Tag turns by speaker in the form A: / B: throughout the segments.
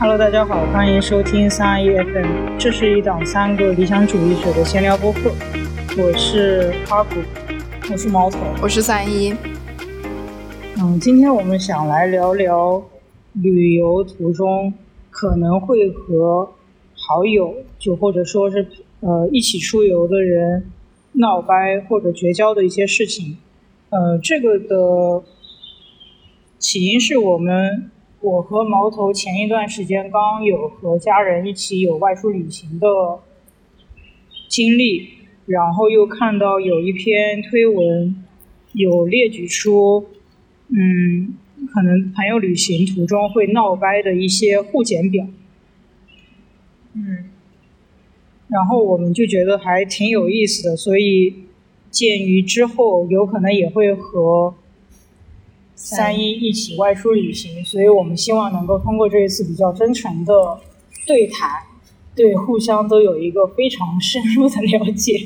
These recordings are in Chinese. A: Hello，大家好，欢迎收听三一 FM，这是一档三个理想主义者的闲聊播客。我是花谷，我是毛头。
B: 我是三一，
A: 嗯，今天我们想来聊聊旅游途中可能会和好友，就或者说是呃一起出游的人闹掰或者绝交的一些事情。呃，这个的起因是我们我和毛头前一段时间刚有和家人一起有外出旅行的经历，然后又看到有一篇推文，有列举出，嗯，可能朋友旅行途中会闹掰的一些互检表，
B: 嗯，
A: 然后我们就觉得还挺有意思的，所以鉴于之后有可能也会和三一一起外出旅行，所以我们希望能够通过这一次比较真诚的对谈，对互相都有一个非常 深入的了 解，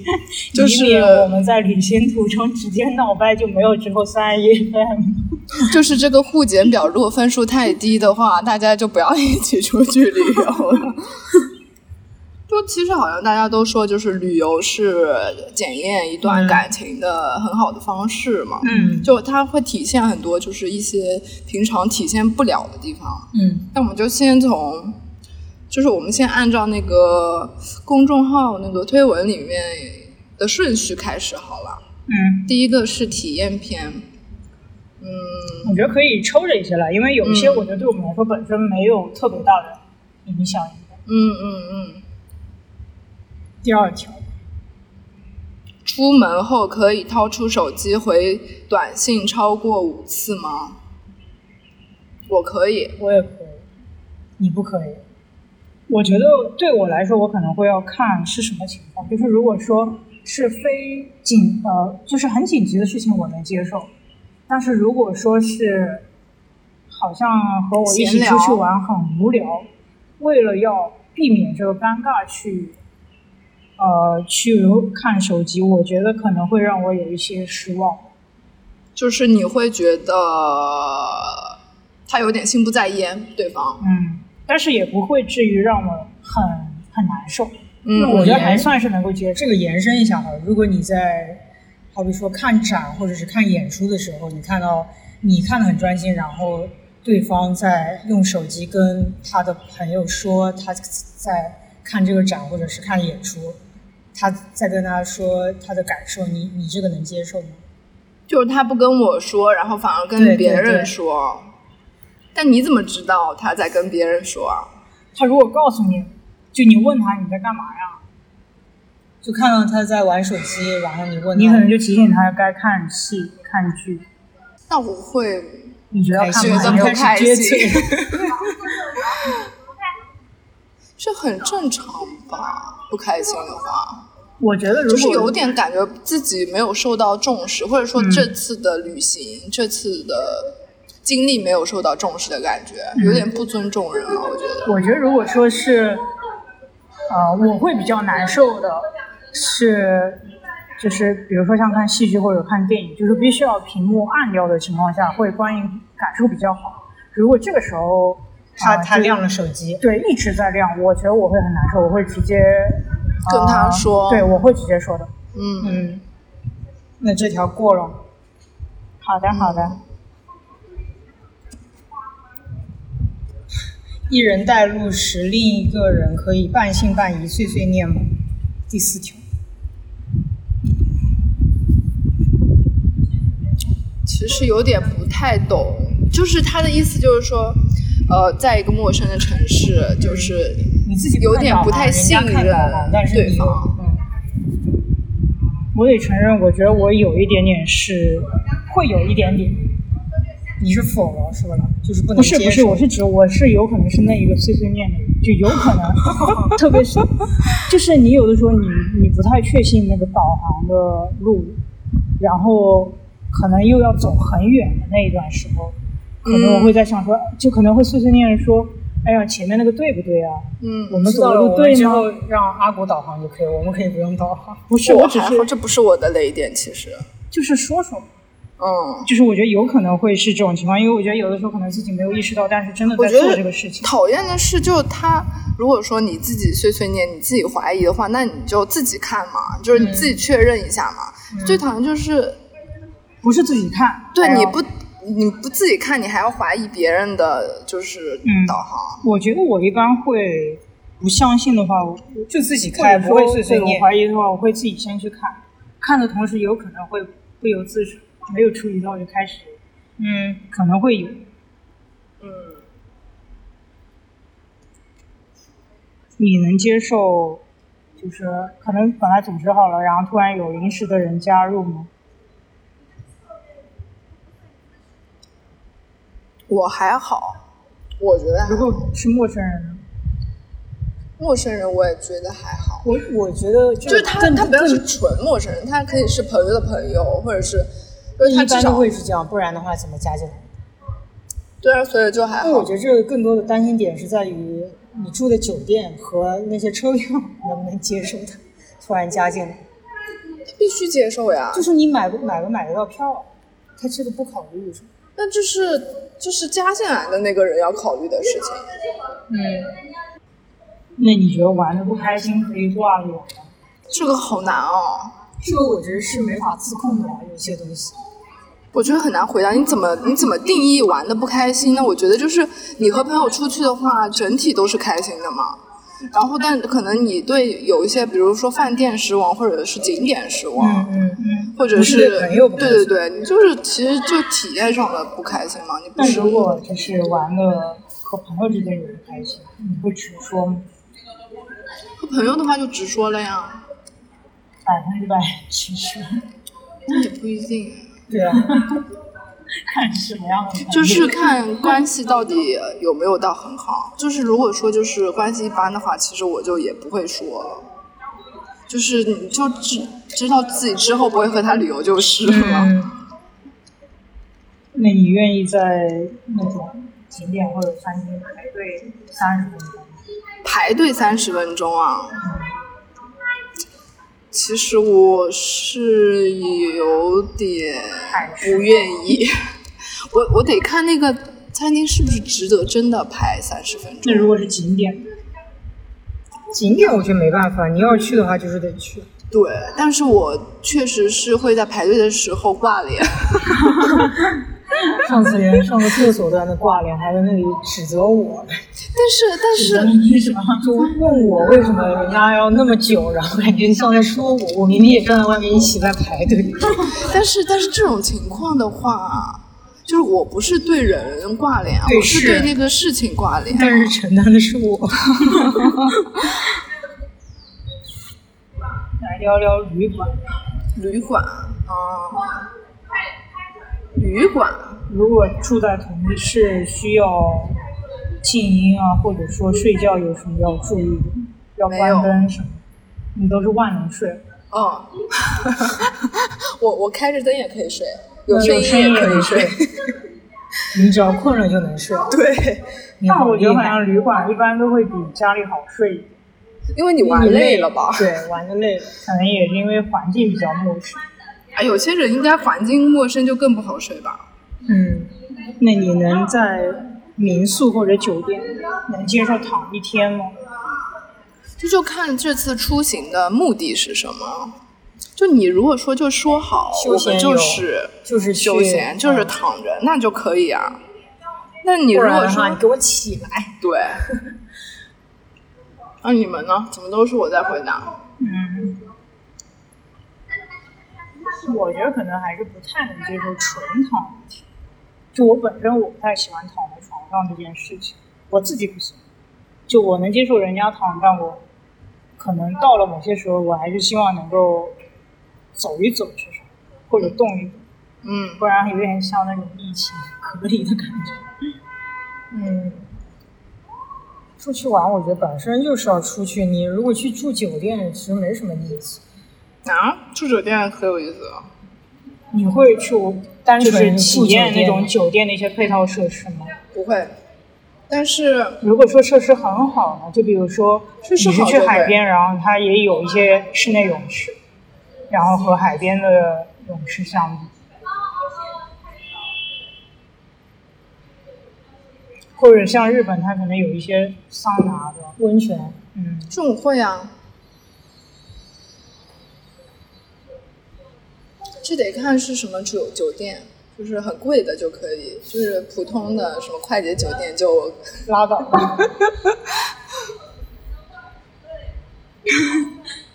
B: 就是
A: 以免我们在旅行途中直接闹掰，就没有之后三一 FM。
B: 就是这个互检表，如果分数太低的话，大家就不要一起出去旅游了。就其实好像大家都说，就是旅游是检验一段
A: 嗯
B: 感情的很好的方式嘛。
A: 嗯
B: 就它会体现很多，就是一些平常体现不了的地方。
A: 嗯
B: 那我们就先从，就是我们先按照那个公众号那个推文里面的顺序开始好了。
A: 嗯，
B: 第一个是体验篇，
A: 我觉得可以抽着一些来，因为有一些
B: 嗯
A: 我觉得对我们来说本身没有特别大的影响。
B: 嗯嗯嗯，
A: 第二条，
B: 出门后可以掏出手机回短信超过五次吗？我可以，
A: 我也可以，你不可以。我觉得对我来说，我可能会要看是什么情况。就是如果说是非紧呃，就是很紧急的事情，我能接受。但是如果说是好像和我一起
B: 闲聊
A: 出去玩很无聊，为了要避免这个尴尬去呃去看手机，我觉得可能会让我有一些失望。
B: 就是你会觉得他有点心不在焉，对方。
A: 嗯，但是也不会至于让我很很难受。
B: 嗯，
A: 我觉
B: 也
A: 得还算是能够接受。
C: 这个延伸一下哈，如果你在，好比说看展或者是看演出的时候，你看到你看的很专心，然后对方在用手机跟他的朋友说他在看这个展或者是看演出，他在跟他说他的感受，你你这个能接受吗？
B: 就是他不跟我说，然后反而跟
C: 对对
B: 别人
C: 对
B: 说。但你怎么知道他在跟别人说啊？
A: 他如果告诉你，就你问他你在干嘛呀，
C: 就看到他在玩手机，然后你问
A: 你可能
C: 他，
A: 就提醒他该看戏、看剧。
B: 那我会
A: 你觉得看
C: 开心
B: 觉得
A: 朋友
B: 不
C: 开始
B: 开
C: 撅
B: 心
C: 嘴，
B: 这很正常吧？不开心的话。
A: 我觉得如
B: 就是
A: 果
B: 有点感觉自己没有受到重视，或者说
A: 嗯
B: 这次的旅行、这次的经历没有受到重视的感觉，有
C: 嗯
B: 点不尊重人了。我觉得，
A: 我觉得如果说是，呃，我会比较难受的是，就是比如说像看戏剧或者看电影，就是必须要屏幕暗掉的情况下，会观影感受比较好。如果这个时候
C: 他
A: 啊
C: 他
A: 就
C: 亮了手机，
A: 对，一直在亮，我觉得我会很难受，我会直接
B: 跟
A: 呃
B: 他说
A: 对，我会直接说的。
B: 嗯，
A: 嗯，
C: 那这条过了。
A: 好的，好的。
C: 一人带路时，另一个人可以半信半疑、碎碎念吗？第四条，
B: 其实有点不太懂，就是他的意思就是说，呃，在一个陌生的城市，就是
C: 嗯你自己
B: 有点不太信
C: 看到啊人
B: 任
C: 家看到了但是
B: 对
C: 你嗯又
B: 方。
A: 我得承认，我觉得我有一点点是，会有一点点，
C: 你是否了是吧？就是不能
A: 不是
C: 接
A: 不是，
C: 受
A: 我是指我是有可能是那一个碎碎念的人，就有可 能，特别是就是你有的时候你你不太确信那个导航的路，然后可能又要走很远的那一段时候，可
B: 嗯
A: 能我会在想说，就可能会碎碎念说，哎呀，前面那个对不对啊？
B: 嗯，
A: 我们
C: 知
A: 走
C: 道
A: 的
C: 了，
A: 路
C: 我们
A: 对
C: 之
A: 吗？
C: 后让阿古导航就可以，我们可以不用导航。
A: 不是，
B: 我
A: 只
B: 还
A: 是
B: 好，这不是我的雷点，其实。
A: 就是说说，
B: 嗯，
A: 就是我觉得有可能会是这种情况，因为我觉得有的时候可能自己没有意识到，但是真的
B: 我
A: 在
B: 觉
A: 做这个
B: 得
A: 事情。
B: 讨厌的是，就是他如果说你自己碎碎念，你自己怀疑的话，那你就自己看嘛，就是你自己确认一下嘛。
C: 嗯
B: 最讨厌就是
A: 不是自己看，哎
B: 对
A: 还
C: 哎
B: 你
A: 有
B: 不你不自己看，你还要怀疑别人的就是
A: 嗯
B: 导航。
A: 我觉得我一般会不相信的话，我
C: 就自己
A: 或者
C: 看，不
A: 说
C: 会碎碎
A: 对
C: 念
A: 我。怀疑的话，我会自己先去看，看的同时有可能会不由自主，没有处理到就开始，
C: 嗯，
A: 可能会有。你能接受，就是可能本来组织好了，然后突然有临时的人加入吗？
B: 我还好，我觉得还
A: 如
B: 好
A: 果是陌生人呢？
B: 陌生人我也觉得还好，
C: 我我觉得就
B: 就是他
C: 更
B: 他不要
C: 更
B: 是纯陌生人，他可以是朋友的朋友，或者是就是他
C: 一
B: 至
C: 般都
B: 少
C: 会是这样，不然的话怎么加进来？
B: 对啊，所以就还
C: 但我
B: 好
C: 觉。得这个更多的担心点是在于你住的酒店和那些车票能不能接受他突然加进来，
B: 必须接受呀，
C: 就是你买不买不买得到票，啊他这个不考虑是吧？
B: 那这是就是加进来的那个人要考虑的事情。
A: 那你觉得玩的不开心可以挂了？
B: 这个好难哦，
C: 这个我觉得是没法自控的吧，有些东西。
B: 我觉得很难回答。你怎么你怎么定义玩的不开心呢？我觉得就是你和朋友出去的话，整体都是开心的嘛。然后，但可能你对有一些，比如说饭店失望，或者是景点失望，
C: 嗯嗯，
B: 或者
C: 不是对朋友不开
B: 对
C: 心
B: 对对，你就是其实就体验上的不开心嘛，你不
A: 那
B: 是
A: 如果就是玩的和朋友之间有不开心，你会直说吗？
B: 和朋友的话就直说了呀，
A: 百分之百直说，
B: 那也不一定，
C: 对啊，
A: 看什么样的朋友
B: 就是看关系到底有没有到很好。就是如果说就是关系一般的话，其实我就也不会说了，就是你就知知道自己之后不会和他旅游就是了。
C: 嗯
A: 那你愿意在那种景点或者餐厅排队三十分钟？
B: 排队三十分钟啊。其实我是有点不愿意，我我得看那个餐厅是不是值得真的排三十分
A: 那
B: 钟。
A: 如果是景点，
C: 景点我觉得没办法，你要去的话就是得 去。
B: 对，但是我确实是会在排队的时候挂脸。
C: 上次连上个厕所都在那挂脸，还在那里指责 我，
B: 但是但是
A: 你什么？
C: 就问我为什么人家要那么久，然后感觉像在说我，我明明也站在外面一起在排队。
B: 但是但是这种情况的话，就是我不是对人挂脸啊，
C: 对
B: 我是
C: 事
B: 对那个事情挂脸。
C: 但是承担的是我。
A: 来聊聊旅馆。
B: 旅馆啊，旅馆
A: 如果住在同一室，需要静音啊，或者说睡觉有什么要注意的？要
B: 没有
A: 关灯什么？你都是万能睡，
B: 哦，我我开着灯也可以睡，有
A: 嗯
B: 声
A: 有声
B: 音
A: 音
B: 也可以睡。
C: 你只要困了就能睡。
B: 对，
C: 你
A: 但
C: 好
A: 我觉得
C: 厉
A: 好
C: 害，
A: 像旅馆一般都会比家里好睡一点，
B: 因为你玩
C: 你
B: 累了吧？
C: 对，玩的累了。
A: 可能也是因为环境比较陌生。
B: 哎，有些人应该环境陌生就更不好睡吧？
C: 嗯，
A: 那你能在民宿或者酒店能接受躺一天吗？
B: 这就看这次出行的目的是什么。就你如果说就说好，
C: 休
B: 我
C: 闲
B: 们
C: 游
B: 就是
C: 就是去
B: 休闲，就是
C: 嗯
B: 躺着，那就可以啊。那你
C: 不
B: 如
C: 然
B: 果
C: 的
B: 说
C: 话，你给我起来。
B: 对，那、你们呢？怎么都是我在回答？
A: 嗯，我觉得可能还是不太能接受纯躺一天。就我本身我不太喜欢躺在床上这件事情，我自己不行。就我能接受人家躺，但我可能到了某些时候，我还是希望能够走一走至少，或者动一动，
B: 嗯，
A: 不然有点像那种疫情隔离的感觉。
C: 嗯，出去玩，我觉得本身就是要出去。你如果去住酒店，其实没什么意思。
B: 啊，住酒店很有意思啊。
A: 你会去
C: 单
A: 就
C: 纯
A: 是
C: 住
A: 体验
C: 酒
A: 那
C: 店
A: 种酒店的一些配套设施吗？
B: 不会，但是
A: 如果说设施很好呢，就比如说
B: 设施
A: 你是
B: 好
A: 去
B: 对
A: 海
B: 对
A: 边，然后它也有一些室内泳池，然后和海边的泳池相比，或者像日本，它可能有一些桑拿的，
C: 温泉，
A: 嗯，
B: 这种会啊，这得看是什么酒酒店，就是很贵的就可以，就是普通的什么快捷酒店就
A: 拉倒吧。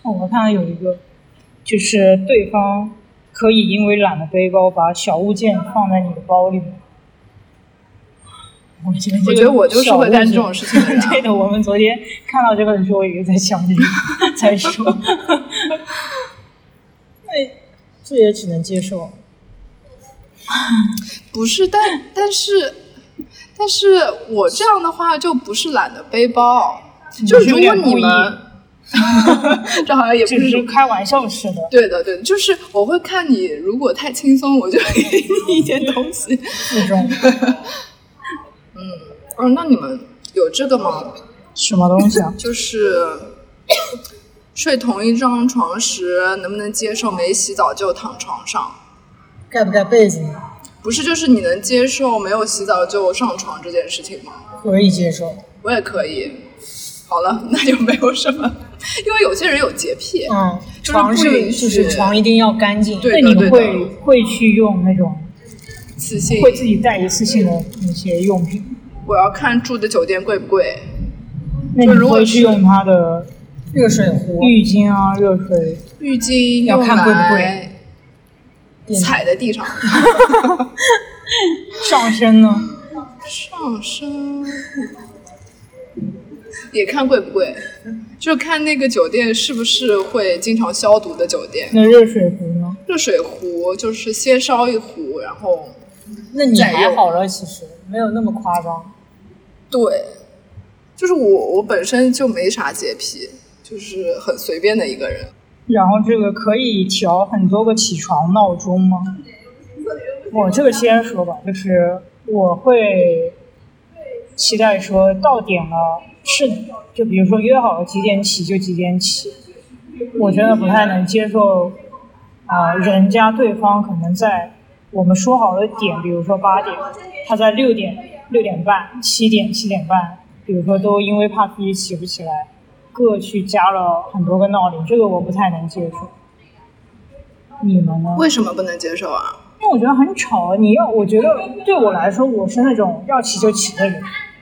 A: 哦我看到有一个，就是对方可以因为懒得背包，把小物件放在你的包里。我觉得这个
B: 我觉得我就是
A: 小物
B: 会干
A: 件
B: 这种事情的人啊
A: 对的，我们昨天看到这个的时候，我也在想这个，在说，那这也只能接受。
B: 不是，但但是但是我这样的话就不是懒得背包，就
A: 你是
B: 如
A: 有
B: 果
A: 点
B: 你
A: 故意
B: 们， 这好像也不
A: 只是
B: 是。
A: 开玩笑似的，
B: 对的，对的，就是我会看你，如果太轻松，我就给你一点东西。
A: 这种
B: 嗯，那你们有这个吗？
A: 什么东 西啊？
B: 就是睡同一张床时，能不能接受没洗澡就躺床上？
C: 盖不盖被子呢？
B: 不是，就是你能接受没有洗澡就上床这件事情吗？
C: 可以接受。
B: 我也可以。好了， 那就没有什么，因为有些人有洁癖，
C: 嗯，
B: 就是
C: 床
B: 不
C: 是
B: 允
C: 就
B: 许
C: 是床一定要干净。
B: 对
A: 那
B: 的对
A: 你
B: 的
A: 会会去用那种
B: 自信。
A: 会自己带一次性的那些用品？
B: 我要看住的酒店贵不贵。
A: 那
B: 就
A: 你
B: 如果
A: 会去
B: 是
A: 用它的
C: 热水壶、
A: 浴巾啊、热水？
B: 浴巾
C: 要
B: 用
C: 看贵不
B: 来
C: 电
B: 踩在地上，
A: 上身呢？
B: 上身也看贵不贵，就看那个酒店是不是会经常消毒的酒店。
C: 嗯
A: 那热水壶呢？
B: 热水壶就是先烧一壶，然后
C: 那你
B: 再
C: 还
B: 用
C: 好了，其实没有那么夸张。
B: 对，就是我我本身就没啥洁癖，就是很随便的一个人。
A: 然后这个可以调很多个起床闹钟吗？我这个先说吧，就是我会期待说到点了是，就比如说约好了几点起就几点起，我真的不太能接受啊、人家对方可能在我们说好的点，比如说八点，他在六点、六点半、七点、七点半，比如说都因为怕自己起不起来，各去加了很多个闹铃，这个我不太能接受。你们呢？
B: 为什么不能接受啊？
A: 因为我觉得很吵啊。你要，我觉得对我来说，我是那种要起就起的人，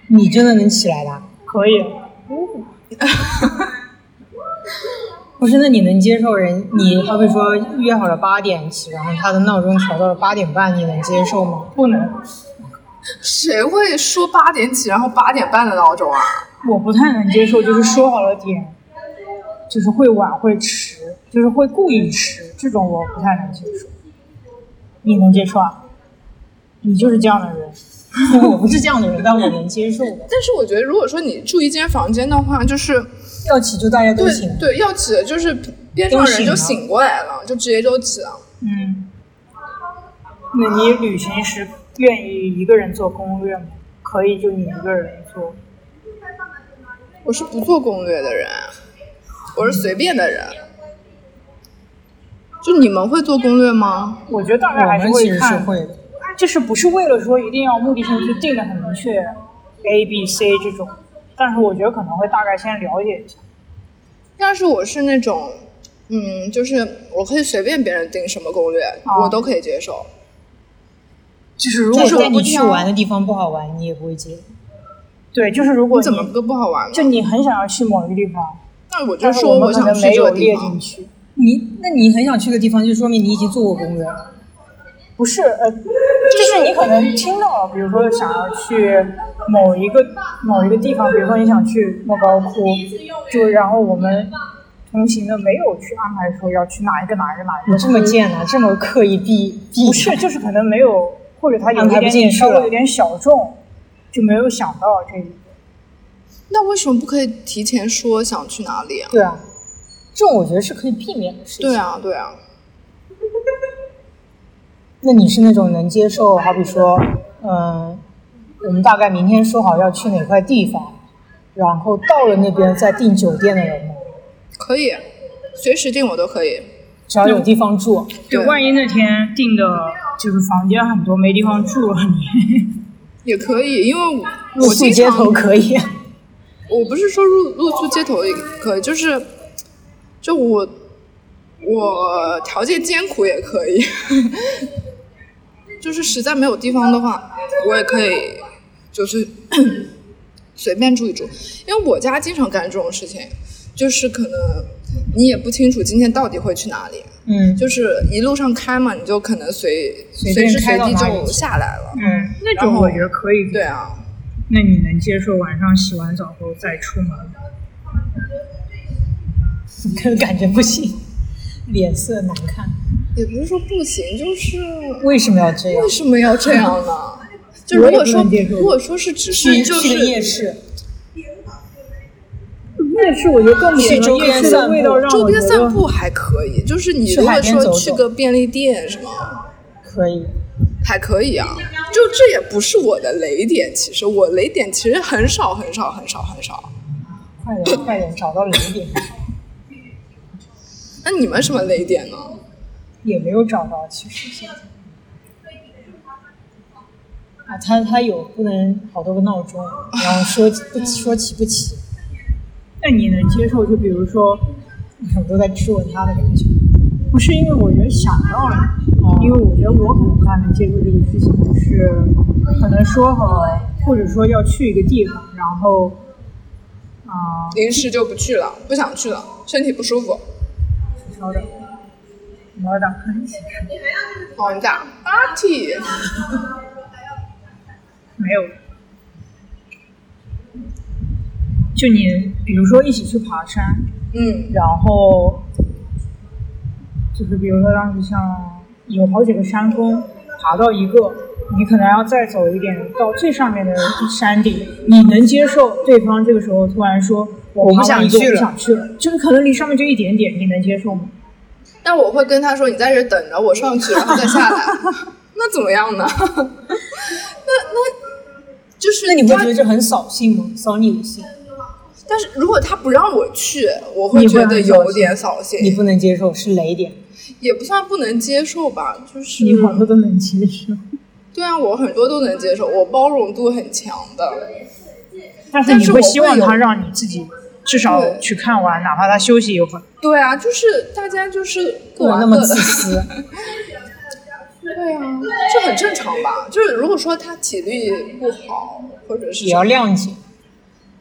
C: 你真的能起来啦？
A: 可以。
C: 不是，那你能接受人？你好比说约好了八点起，然后他的闹钟调到了八点半，你能接受吗？
A: 不能，
B: 谁会说八点起，然后八点半的闹钟啊？
A: 我不太能接受，就是说好了点，就是会晚会迟，就是会故意迟，这种我不太能接受。你能接受啊？你就是这样的人，
C: 我不是这样的人，但我能接受的。
B: 但是我觉得，如果说你住一间房间的话，就是
C: 要起就大家都
B: 对
C: 醒，
B: 对要起，就是边上人就
C: 都醒
B: 醒过来了，就直接就起了。
A: 嗯。那你旅行时愿意一个人做攻略吗？可以，就你一个人做。
B: 我是不做攻略的人，我是随便的人。就你们会做攻略吗？
A: 我觉得大概
C: 我
A: 还是
C: 们其
A: 会
C: 实是
A: 看，
C: 会的。
A: 就是不是为了说一定要目的性去定的很明确，A、B、C 这种，但是我觉得可能会大概先了解一下。
B: 但是我是那种，嗯，就是我可以随便别人定什么攻略，
A: 哦
B: 我都可以接受。
A: 就是如
B: 果
C: 但
B: 是
C: 但
B: 我不
C: 你去
B: 挑
C: 玩的地方不好玩，你也不会接。
A: 对，就是如果
B: 你怎么都不好玩
A: 就
B: 呢？
A: 你很想要去某一个地方，
B: 那我就
A: 但是
B: 说
A: 们可
B: 想
A: 能
B: 去
A: 没
B: 这
A: 有
B: 个地
A: 列
B: 方
A: 进。去。
C: 你那你很想去个地方，就说明你已经做过攻略了。
A: 不是，呃，就是你可能听到了，比如说想要去某一个某一个地方，比如说你想去莫高窟，就然后我们同行的没有去安排说要去哪一个哪一个哪一
C: 你
A: 个，
C: 这么贱
B: 嗯
C: 啊，这么刻意避避
A: 不是，就是可能没有，或者他有
C: 安排
A: 一
C: 不进
A: 点
C: 去
A: 稍微
C: 了
A: 有点小众，就没有想到这一
B: 那为什么不可以提前说想去哪里啊？
C: 对啊，这种我觉得是可以避免的事情。
B: 对啊，对啊。
C: 那你是那种能接受，好比说，嗯，我们大概明天说好要去哪块地方，然后到了那边再订酒店的人吗？
B: 可以，随时定我都可以。
C: 只要有地方住，
A: 就
B: 对
A: 万一那天订的就是房间很多没地方住了，你
B: 也可以，因为我
C: 露
B: 我
C: 宿
B: 经
C: 街头
B: 常
C: 可以。
B: 我不是说入露宿街头也可以，就是就我我条件艰苦也可以， 就是实在没有地方的话，我也可以就是 随便住一住，因为我家经常干这种事情，就是可能你也不清楚今天到底会去哪里，
C: 嗯
B: 就是一路上开嘛，你就可能随
C: 随
B: 随
C: 便
B: 时
C: 开
B: 随
C: 到
B: 地
C: 哪里
B: 就
C: 去
B: 下来了。
A: 嗯，那
B: 然
A: 种
B: 后
A: 我觉得可以。
B: 对，啊，
A: 那你能接受晚上洗完澡后再出 门吗？
C: 感觉不行，脸色难看。
B: 也不是说不行，就是
C: 为什么要这样
B: 为？什么要这样呢？就
A: 我
B: 如
A: 也
B: 果
A: 不
B: 说
A: 能接受
B: 如果说是只是
C: 去
B: 就
C: 去个
B: 是
C: 夜市，
A: 夜市我觉得更
C: 去周边
A: 夜市的
C: 散步
A: 味道让
B: 周
A: 我觉
B: 边
A: 得
B: 散步还可以，就是你如
C: 去海
B: 果
C: 边
B: 说
C: 走走
B: 去个便利店什么
C: 可以。
B: 还可以啊，就这也不是我的雷点。其实我雷点其实很少很少很少很少。
C: 快点，快点，找到雷点，
B: 那你们什么雷点呢？
C: 也没有找到。其实现在，啊，它它有不能好多个闹钟，然后说不说起不起，
A: 那你能接受？就比如说，
C: 我都在质问它的感觉。
A: 不是因为我觉得想到了，
C: 哦
A: 因为我觉得我可能大能接受这个事情，就是可能说好，或者说要去一个地方，然后，啊、
B: 临时就不去了，不想去了，身体不舒服。
A: 稍等，我要打喷嚏，
B: 哦，你打 party，
A: 没有。就你，比如说一起去爬山，
B: 嗯
A: 然后就是比如说当时像有好几个山峰，爬到一个，你可能要再走一点到最上面的山顶，你能接受对方这个时候突然说我
C: 不
A: 爬
C: 想
A: 完一个
C: 去
A: 我不
C: 了
A: 想去了，就是可能离上面就一点点，你能接受吗？
B: 但我会跟他说：“你在这儿等着，我上去，然后再 下来。”那怎么样呢？那那就是
C: 那你会
B: 他
C: 觉得这很扫兴吗？扫你的兴，
B: 但是如果他不让我去，我会
A: 你会
B: 觉
A: 很
B: 得
A: 扫
B: 有
A: 兴
B: 点扫兴，
C: 你不能接受是雷点。
B: 也不算不能接受吧，就是
A: 你好多都能 接受，
B: 对啊，我很多都能接受，我包容度很强的。
A: 但是
B: 但
A: 你
B: 是
A: 会
B: 我
A: 希
B: 会
A: 望
B: 有
A: 他让你自己至少
B: 对
A: 去看完，哪怕他休息一会儿。
B: 对啊，就是大家就是各
C: 不能啊
B: 玩
C: 那
B: 各
C: 么
B: 的
C: 自，私，
B: 对啊， 这很正常吧？就是如果说他体力不好，或者是
C: 也要谅解。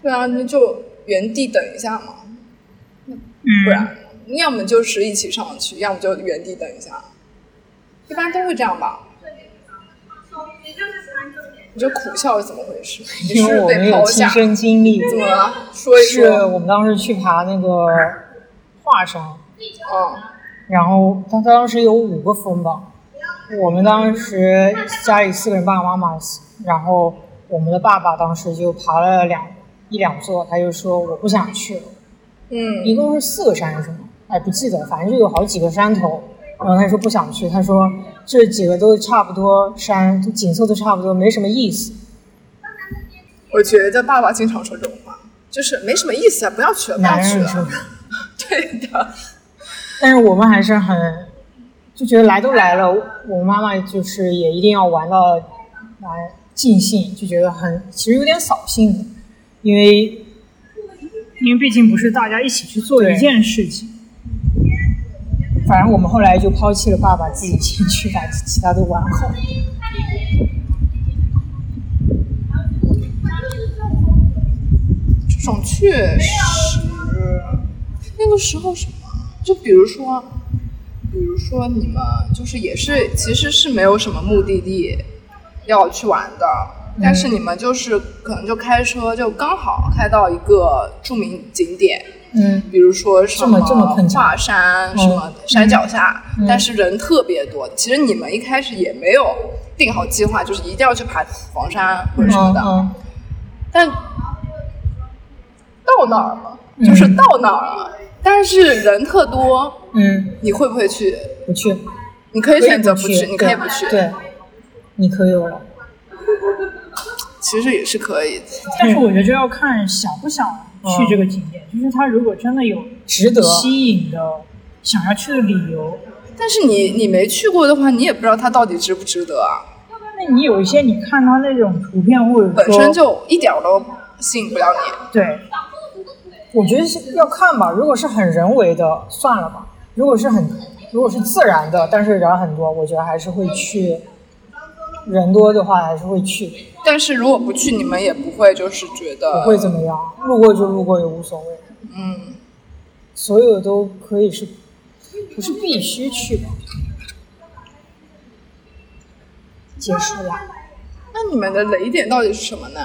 B: 对啊，那就原地等一下嘛。不
A: 嗯，
B: 然要么就是一起上去，要么就原地等一下，一般都会这样吧。你这苦笑是怎么回 事？你
C: 因为
B: 是
C: 我们
B: 被
C: 有
B: 抛
C: 亲
B: 下？
C: 身经历，
B: 怎么了？说 一
C: 是
B: 说。
C: 我们当时去爬那个华山，
B: 嗯，
C: 然后他当时有五个风吧，我们当时家里四个人，爸爸妈妈，然后我们的爸爸当时就爬了两一两座，他就说我不想去了，
B: 嗯，
C: 一共是四个山是吗？哎，不记得了，反正就有好几个山头。然后他说不想去，他说这几个都差不多山，就景色都差不多，没什么意思。
B: 我觉得爸爸经常说这种话，就是没什么意思啊，不要去了，不要
C: 男
B: 去
C: 人是
B: 了
C: 吧。？
B: 对的，
C: 但是我们还是很就觉得来都来了，我妈妈就是也一定要玩到玩尽兴，就觉得很其实有点扫兴的，因为
A: 因为毕竟不是大家一起去做一
C: 对
A: 件事情。
C: 反正我们后来就抛弃了爸爸，自己先去把其他都玩好。
B: 这种确实，那个时候什么，就比如说，比如说你们就是也是其实是没有什么目的地要去玩的，但是你们就是可能就开车就刚好开到一个著名景点，
C: 嗯，
B: 比如说什
C: 这么嗯这么碰巧
B: 华山
C: 嗯
B: 什么山脚下，
C: 嗯
B: 但是人特别多。其实你们一开始也没有定好计划，就是一定要去爬黄山或者什么
C: 嗯
B: 的，
C: 嗯，
B: 但到那儿了，就是到那儿了，但是人特多，
C: 嗯，
B: 你会不会去？
C: 不去，
B: 你可以选择不
C: 我也
B: 去，你可以不去，
C: 对，对你可以了。
B: 其实也是可以的。
A: 但是我觉得这要看想不想去这个景点，就是他如果真的有
C: 值得
A: 吸引的想要去的理由，
B: 但是你你没去过的话，你也不知道它到底值不值得啊。
A: 那
C: 为你有一些你看他那种图片，或者说
B: 本身就一点儿都吸引不了你。
C: 对，我觉得是要看吧。如果是很人为的，算了吧；如果是很如果是自然的，但是人很多，我觉得还是会去。人多的话还是会去，
B: 但是如果不去，你们也不会就是觉
C: 不
B: 得
C: 会怎么样，路过就路过也无所谓。
B: 嗯，
C: 所有都可以是，不是必须去吧？结束了，
B: 那你们的雷点到底是什么呢？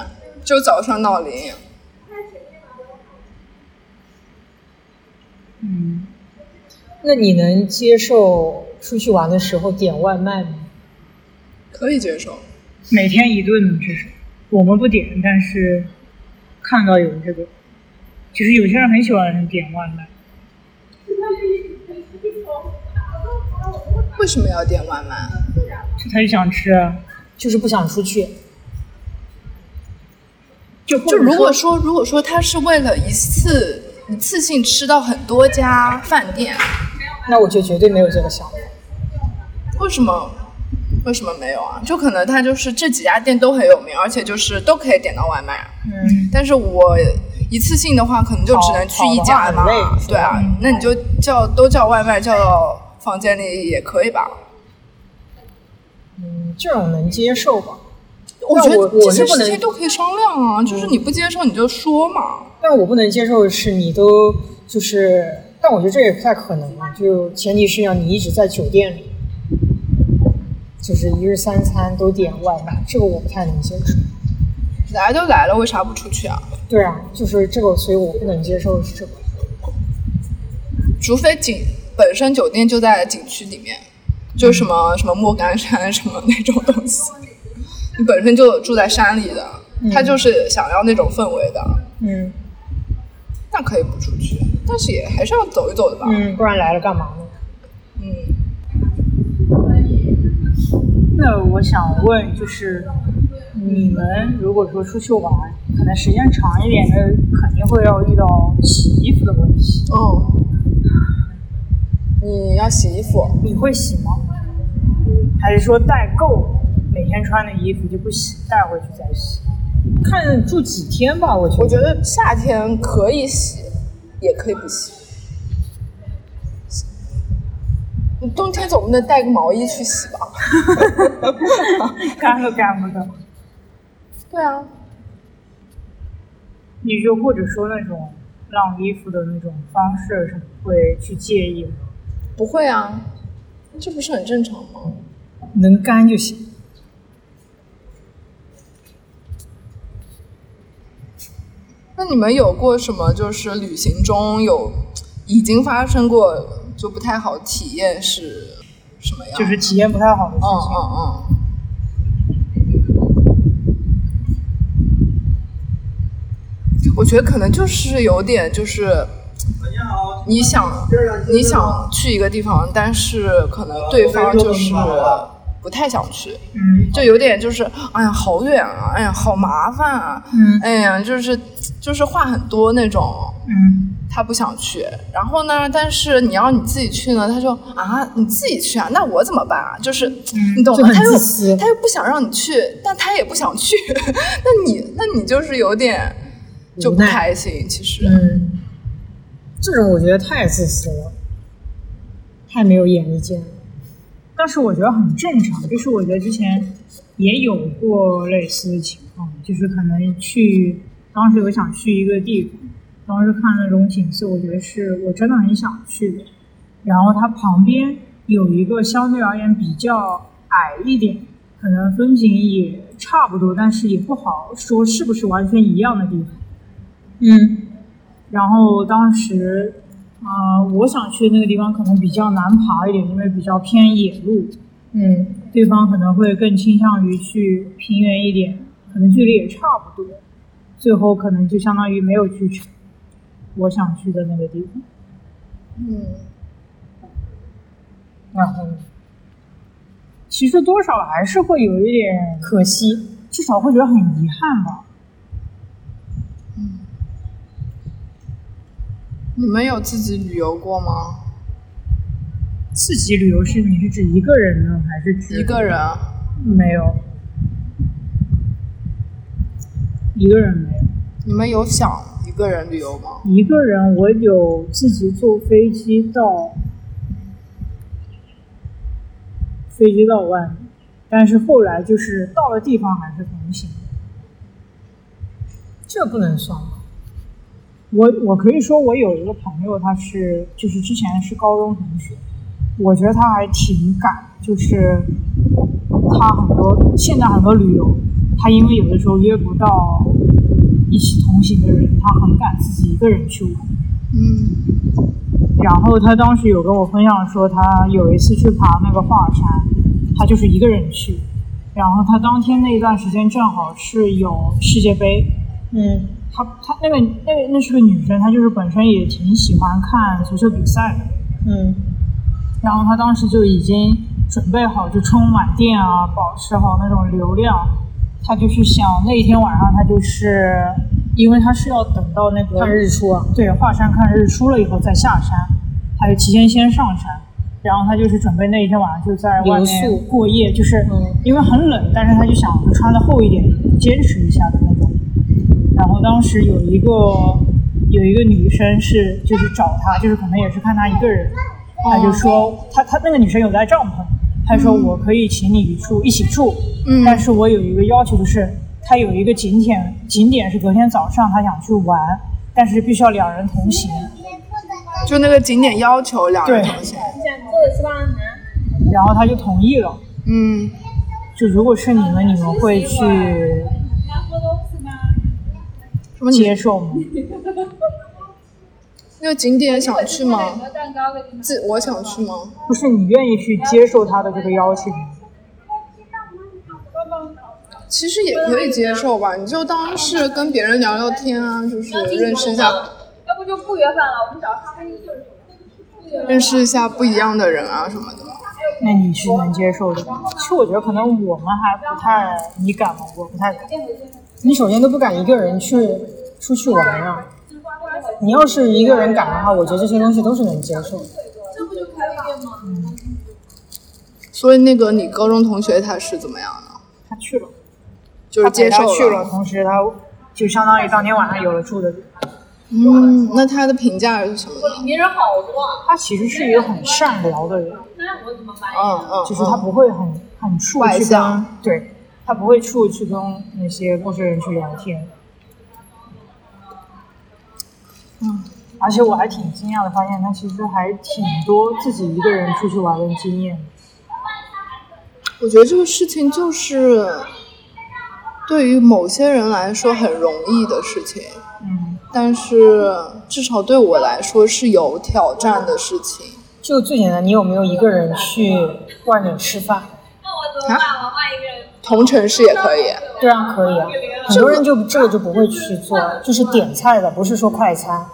B: 就早上闹铃，
A: 嗯，
C: 那你能接受出去玩的时候点外卖吗？
B: 可以接受。
A: 每天一顿至少，我们不点，但是看到有这个，就是有些人很喜欢点外卖，
B: 为什么要点外卖？啊
A: 就他就想吃啊，
C: 就是不想出去，
A: 就
B: 就
A: 就
B: 如果说如果说他是为了一次一次性吃到很多家饭店，
C: 那我就绝对没有这个想法。
B: 为什么为什么没有啊？就可能他就是这几家店都很有名，而且就是都可以点到外卖。啊
C: 嗯，
B: 但是我一次性的话，可能就只能去一家嘛
C: 跑跑得很累。
B: 对啊，那你就叫都叫外卖，叫到房间里也可以吧？
C: 嗯，这种能接受吧？
B: 我觉
C: 我
B: 得这
C: 我是
B: 些
C: 不
B: 事
C: 能
B: 情都可以商量啊，就是你不接受你就说嘛。
C: 但我不能接受的是，你都就是，但我觉得这也不太可能。啊就前提是要你一直在酒店里，就是一日三餐都点外卖，这个我不太能接受。
B: 来都来了，为啥不出去啊？
C: 对啊，就是这个，所以我不能接受是这个。
B: 除非景本身酒店就在景区里面，就什么什么莫干山什么那种东西，你本身就住在山里的，他就是想要那种氛围的，
C: 嗯
B: 那可以不出去，但是也还是要走一走的吧。
C: 嗯，不然来了干嘛呢？
B: 嗯
A: 那我想问，就是你们如果说出去玩，可能时间长一点的，肯定会要遇到洗衣服的问题。
B: 哦，你要洗衣服，
A: 你会洗吗？还是说代购，每天穿的衣服就不洗，带回去再洗？
C: 看住几天吧，我觉
B: 我
C: 得。
B: 觉得夏天可以洗，也可以不洗。你冬天总不能带个毛衣去洗吧？
A: 干都干不掉。
B: 对啊，
A: 你就或者说那种晾衣服的那种方式什么会去介意吗？
B: 不会啊，这不是很正常吗？
C: 能干就行。
B: 那你们有过什么就是旅行中有已经发生过就不太好体验是什么样？
A: 就是体验不太好的
C: 哦
A: 事
B: 嗯嗯
A: 情。
B: 嗯。我觉得可能就是有点就是。你想，你想去一个地方，但是可能对方就是不太想去，
A: 嗯
B: 就有点就是，哎呀，好远啊，哎呀，好麻烦啊，
A: 嗯
B: 哎呀，就是就是话很多那种，
A: 嗯
B: 他不想去。然后呢，但是你要你自己去呢，他就啊，你自己去啊，那我怎么办啊？就是、你懂
C: 嗯就
B: 吗？
C: 很
B: 他又
C: 自私
B: 他又不想让你去，但他也不想去， 那你那你就是有点就不
C: 无奈
B: 开心，其实。
C: 嗯，这种我觉得太自私了，太没有眼力见了。
A: 但是我觉得很正常，就是我觉得之前也有过类似的情况，就是可能去当时我想去一个地方，当时看那种景色，我觉得是我真的很想去的。然后它旁边有一个相对而言比较矮一点，可能风景也差不多，但是也不好说是不是完全一样的地方。
C: 嗯
A: 然后当时，啊、我想去的那个地方可能比较难爬一点，因为比较偏野路，
C: 嗯
A: 对方可能会更倾向于去平原一点，可能距离也差不多，最后可能就相当于没有去成我想去的那个地方。
B: 嗯，
C: 然后呢
A: 其实多少还是会有一点，
C: 可惜，
A: 至少会觉得很遗憾吧。
B: 你们有自己旅游过吗？
A: 自己旅游是你是指一个人呢，还是指
C: 嗯
B: 一个人？
A: 没有？一个人没有，
B: 你们有想一个人旅游吗？
A: 一个人我有自己坐飞机到飞机到外面，但是后来就是到了地方还是同行。
C: 这不能算吧？
A: 我我可以说，我有一个朋友，他是就是之前是高中同学，我觉得他还挺敢，就是他很多现在很多旅游，他因为有的时候约不到一起同行的人，他很敢自己一个人去玩。
B: 嗯，
A: 然后他当时有跟我分享说，他有一次去爬那个华尔山，他就是一个人去，然后他当天那一段时间正好是有世界杯，
C: 嗯
A: 她她那个那个那是个女生，她就是本身也挺喜欢看足球比赛的，
C: 嗯
A: 然后她当时就已经准备好就充满电啊，保持好那种流量，她就是想那天晚上她就是因为她是要等到那个
C: 看日出啊，
A: 对华山看日出了以后再下山，她就提前先上山。然后她就是准备那一天晚上就在外
C: 留
A: 面
C: 宿
A: 过夜，就是
C: 嗯
A: 因为很冷，但是她就想就穿的厚一点，坚持一下的那种。然后当时有一个有一个女生是就是找他，就是可能也是看他一个人，他就说他他那个女生有带帐篷，他说我可以请你住一起住，
B: 嗯
A: 但是我有一个要求就是，他有一个景点景点是隔天早上他想去玩，但是必须要两人同行，
B: 就那个景点要求两人
A: 对
B: 同行。
A: 然后他就同意了。
B: 嗯，
A: 就如果是你们，你们会去
B: 什么
A: 接
B: 你
A: 受吗？
B: 那个景点想去吗？
D: 蛋糕给你们
B: 自我想去吗？
A: 不是你愿意去接受他的这个邀请吗？
B: 其实也可以接受吧，你就当是跟别人聊聊天啊，就是认识一下，
D: 要不就不约饭了，我们找咖啡因就是不约
B: 认识一下不一样的人啊什么的。
A: 那你是能接受的吗？其实我觉得可能我们还不太，你敢吗？我不太敢。
C: 你首先都不敢一个人去出去玩啊。你要是一个人敢的话，我觉得这些东西都是能接受的。
B: 所以那个你高中同学他是怎么样的？
A: 他去了，
B: 就是接受
A: 他陪他去了，同时他就相当于当天晚上有了住的地方。
B: 嗯，那他的评价是什么呢？
D: 名人好多啊，
A: 他其实是一个很善良的人，
D: 那我怎么办？
B: 嗯嗯，
A: 就是他
B: 嗯
A: 不会很很怵
B: 外
A: 去跟
B: 向，
A: 对他不会怵去跟那些陌生人去聊天。嗯，而且我还挺惊讶的，发现他其实还挺多自己一个人出去玩的经验。
B: 我觉得这个事情就是对于某些人来说很容易的事情，
A: 嗯，
B: 但是至少对我来说是有挑战的事情。
C: 就最简单，你有没有一个人去外面吃饭？
D: 那我怎么办？我换一个人。
B: 同城市也可以，
C: 对啊，可以啊。
D: 嗯
C: 很多人就这个就不会去做，就是点菜的，不是说快餐。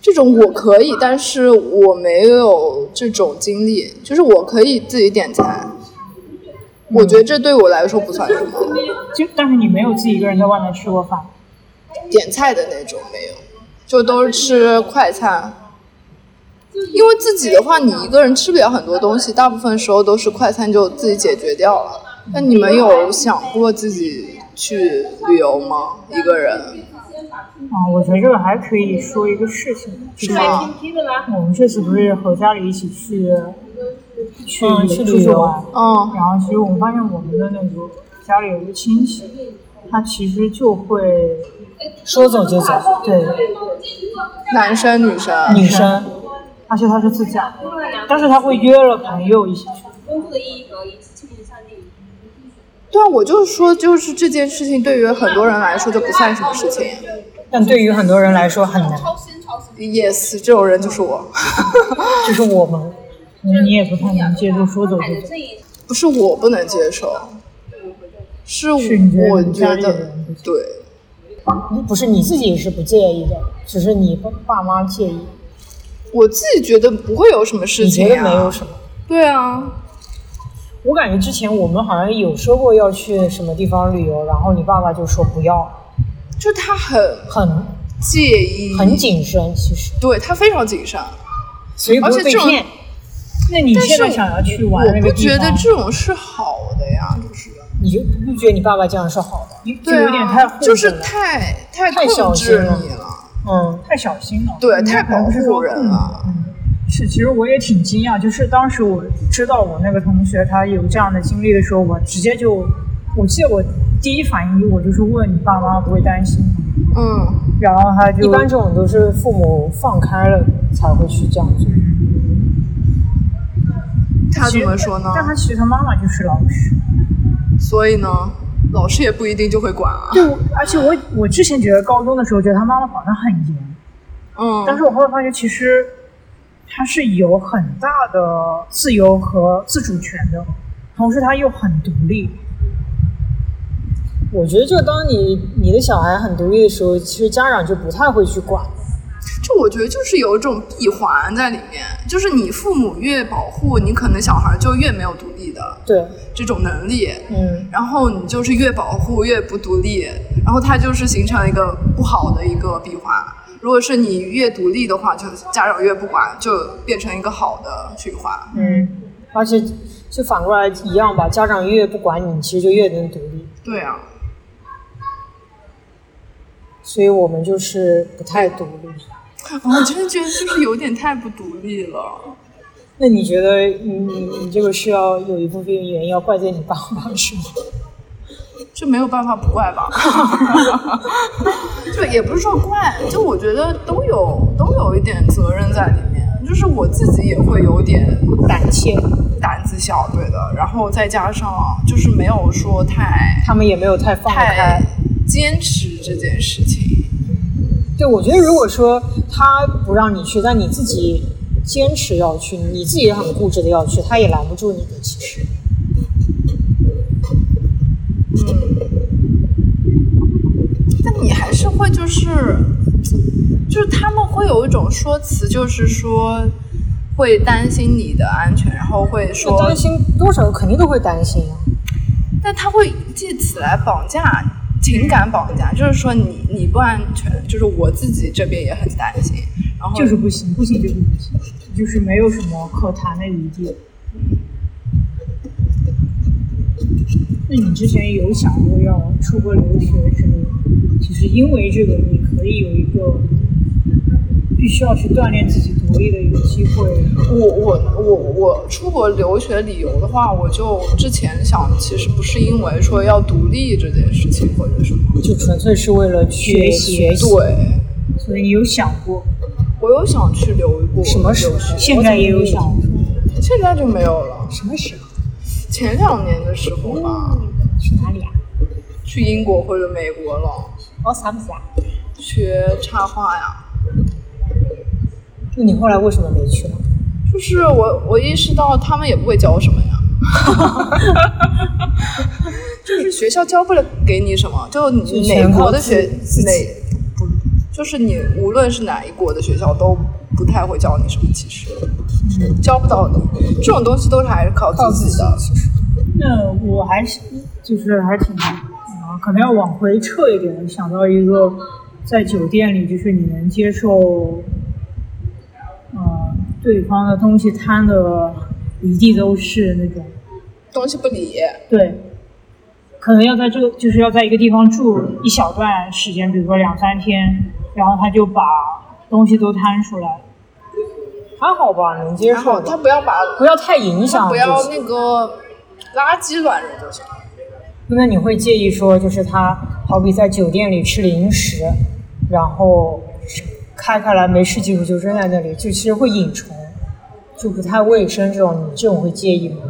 B: 这种我可以，但是我没有这种经历，就是我可以自己点餐，我觉得这对我来说不算什么，
A: 就但是你没有自己一个人在外面吃过饭，
B: 点菜的那种没有，就都是吃快餐。因为自己的话，你一个人吃不了很多东西，大部分时候都是快餐就自己解决掉了。那你们有想过自己去旅游吗？一个人
A: 啊、我觉得这个还可以说一个事情，就是
B: 吗？
A: 我们这次不是和家里一起去去
C: 嗯去
A: 出
C: 旅
A: 去
C: 游
A: 玩，
B: 嗯
A: 然后其实我们发现我们的那个家里有一个亲戚，他其实就会
C: 说走就走，
A: 对，
B: 男生女生，
C: 女生
A: 而且他是自驾，但是他会约了朋友一起去。
D: 工作的意义和一起亲密相近。
B: 对啊，我就是说，就是这件事情对于很多人来说就不算什么事情。
C: 但对于很多人来说很难，
B: Yes，这种人就是我，
C: 就是我们。
A: 你也不太能接受说走就走，
B: 不是我不能接受，是我
A: 是你觉得
B: 我
A: 你
B: 觉
A: 家里
B: 得
A: 人不行
B: 对，
C: 不是你自己是不介意的，只是你爸妈介意，
B: 我自己觉得不会有什么事
C: 你觉
B: 情
C: 得
B: 啊，
C: 没有什么。
B: 对啊，
C: 我感觉之前我们好像有说过要去什么地方旅游，然后你爸爸就说不要，
B: 就他很
C: 很
B: 介意，
C: 很谨慎，其实，
B: 对他非常谨慎。
C: 所以不
B: 而且
C: 会被
B: 这种
C: 骗。
A: 那你
B: 但是
A: 现在想要去玩
B: 我
A: 那
B: 不
A: 个地
B: 觉得
A: 方，
B: 这种是好的呀，就是
C: 你就你不觉得你爸爸这样是好的？
A: 你就
B: 对
A: 有点太
B: 啊，
A: 护
B: 就是
A: 着了
B: 太太
C: 太小
B: 控
C: 心
B: 制
C: 了
B: 你了，
C: 嗯，
A: 太小心了，
B: 对
A: 应
B: 太
A: 该
B: 保
A: 嗯不是说
B: 护人
A: 控
B: 了
A: 制嗯
E: 是，其实我也挺惊讶，就是当时我知道我那个同学他有这样的经历的时候，我直接就，我记得我第一反应我就是问你爸妈不会担心吗？
B: 嗯，
E: 然后他就
C: 一般这种都是父母放开了才会去这样做。
E: 嗯
B: 他怎么说呢？
E: 但他其实他妈妈就是老师。
B: 所以呢，老师也不一定就会管啊，
E: 对，我而且我我之前觉得高中的时候觉得他妈妈管得很严，
B: 嗯，
E: 但是我后来发觉其实他是有很大的自由和自主权的，同时他又很独立。
C: 我觉得，就当你你的小孩很独立的时候，其实家长就不太会去管。
B: 就我觉得就是有一种闭环在里面，就是你父母越保护，你可能小孩就越没有独立的
C: 对，
B: 这种能力，
C: 嗯，
B: 然后你就是越保护越不独立，然后它就是形成一个不好的一个闭环。如果是你越独立的话，就家长越不管，就变成一个好的循环。
C: 而且就反过来一样吧，家长越不管你，其实就越能独立。
B: 对啊，
C: 所以我们就是不太独立。
B: 哦我真的觉得就是有点太不独立了。
C: 那你觉得你你你这个是要有一部分原因要怪罪你爸妈是吗？
B: 这没有办法不怪吧？就也不是说怪，就我觉得都有都有一点责任在里面。就是我自己也会有点
C: 胆怯，
B: 胆子小，对的。然后再加上就是没有说太
C: 他们也没有太放得开
B: 太。坚持这件事情。
C: 对，我觉得如果说他不让你去，但你自己坚持要去，你自己也很固执的要去，他也拦不住你的。其实，
B: 但你还是会就是，就是他们会有一种说辞，就是说会担心你的安全，然后会
C: 那
B: 说，
C: 担心多少肯定都会担心啊。
B: 但他会借此来绑架。情感绑架就是说你你不安全，就是我自己这边也很担心，然后
E: 就是不行，不行就是不行，就是没有什么可谈的余地。那你之前有想过要出国留学之类的？就是因为这个，你可以有一个必须要去锻炼自己独立的一个机会。
B: 我我我我出国留学理由的话，我就之前想，其实不是因为说要独立这件事情或者什么，
C: 就纯粹是为了去学
E: 学习
B: 对，
E: 所以你有想过，
B: 我有想去留过
C: 什么时候
B: 留学
E: 现在也有想过。
B: 现在就没有了。
C: 什么时候？
B: 前两年的时候吧，
E: 嗯
C: 去哪里啊？
B: 去英国或者美国了，
C: 奥萨姆啊。
B: 学插画呀。
C: 那你后来为什么没去呢？
B: 就是我我意识到他们也不会教什么呀， 就是学校教不了给你什么，就
C: 就
B: 你美
C: 全靠
B: 国的学
C: 自自己
B: 美不就是你无论是哪一国的学校都不太会教你什么，其实、教不到你这种东西都是还是靠自己的。
E: 那我还是就是还挺，啊，可能要往回撤一点，想到一个在酒店里，就是你能接受，呃，对方的东西摊的一地都是那种，
B: 东西不理，
E: 对，可能要在这个就是要在一个地方住一小段时间，比如说两三天，然后他就把东西都摊出来，
C: 还好吧，能接
B: 然后
C: 受
B: 他
C: 的，
B: 不要把
C: 不要太影响
B: 他不
C: 自
B: 要
C: 己。
B: 那个垃圾软人就行了。
C: 那你会介意说，就是他好比在酒店里吃零食，然后开开来没吃几口就扔在那里，就其实会引虫，就不太卫生这种，你这种会介意吗？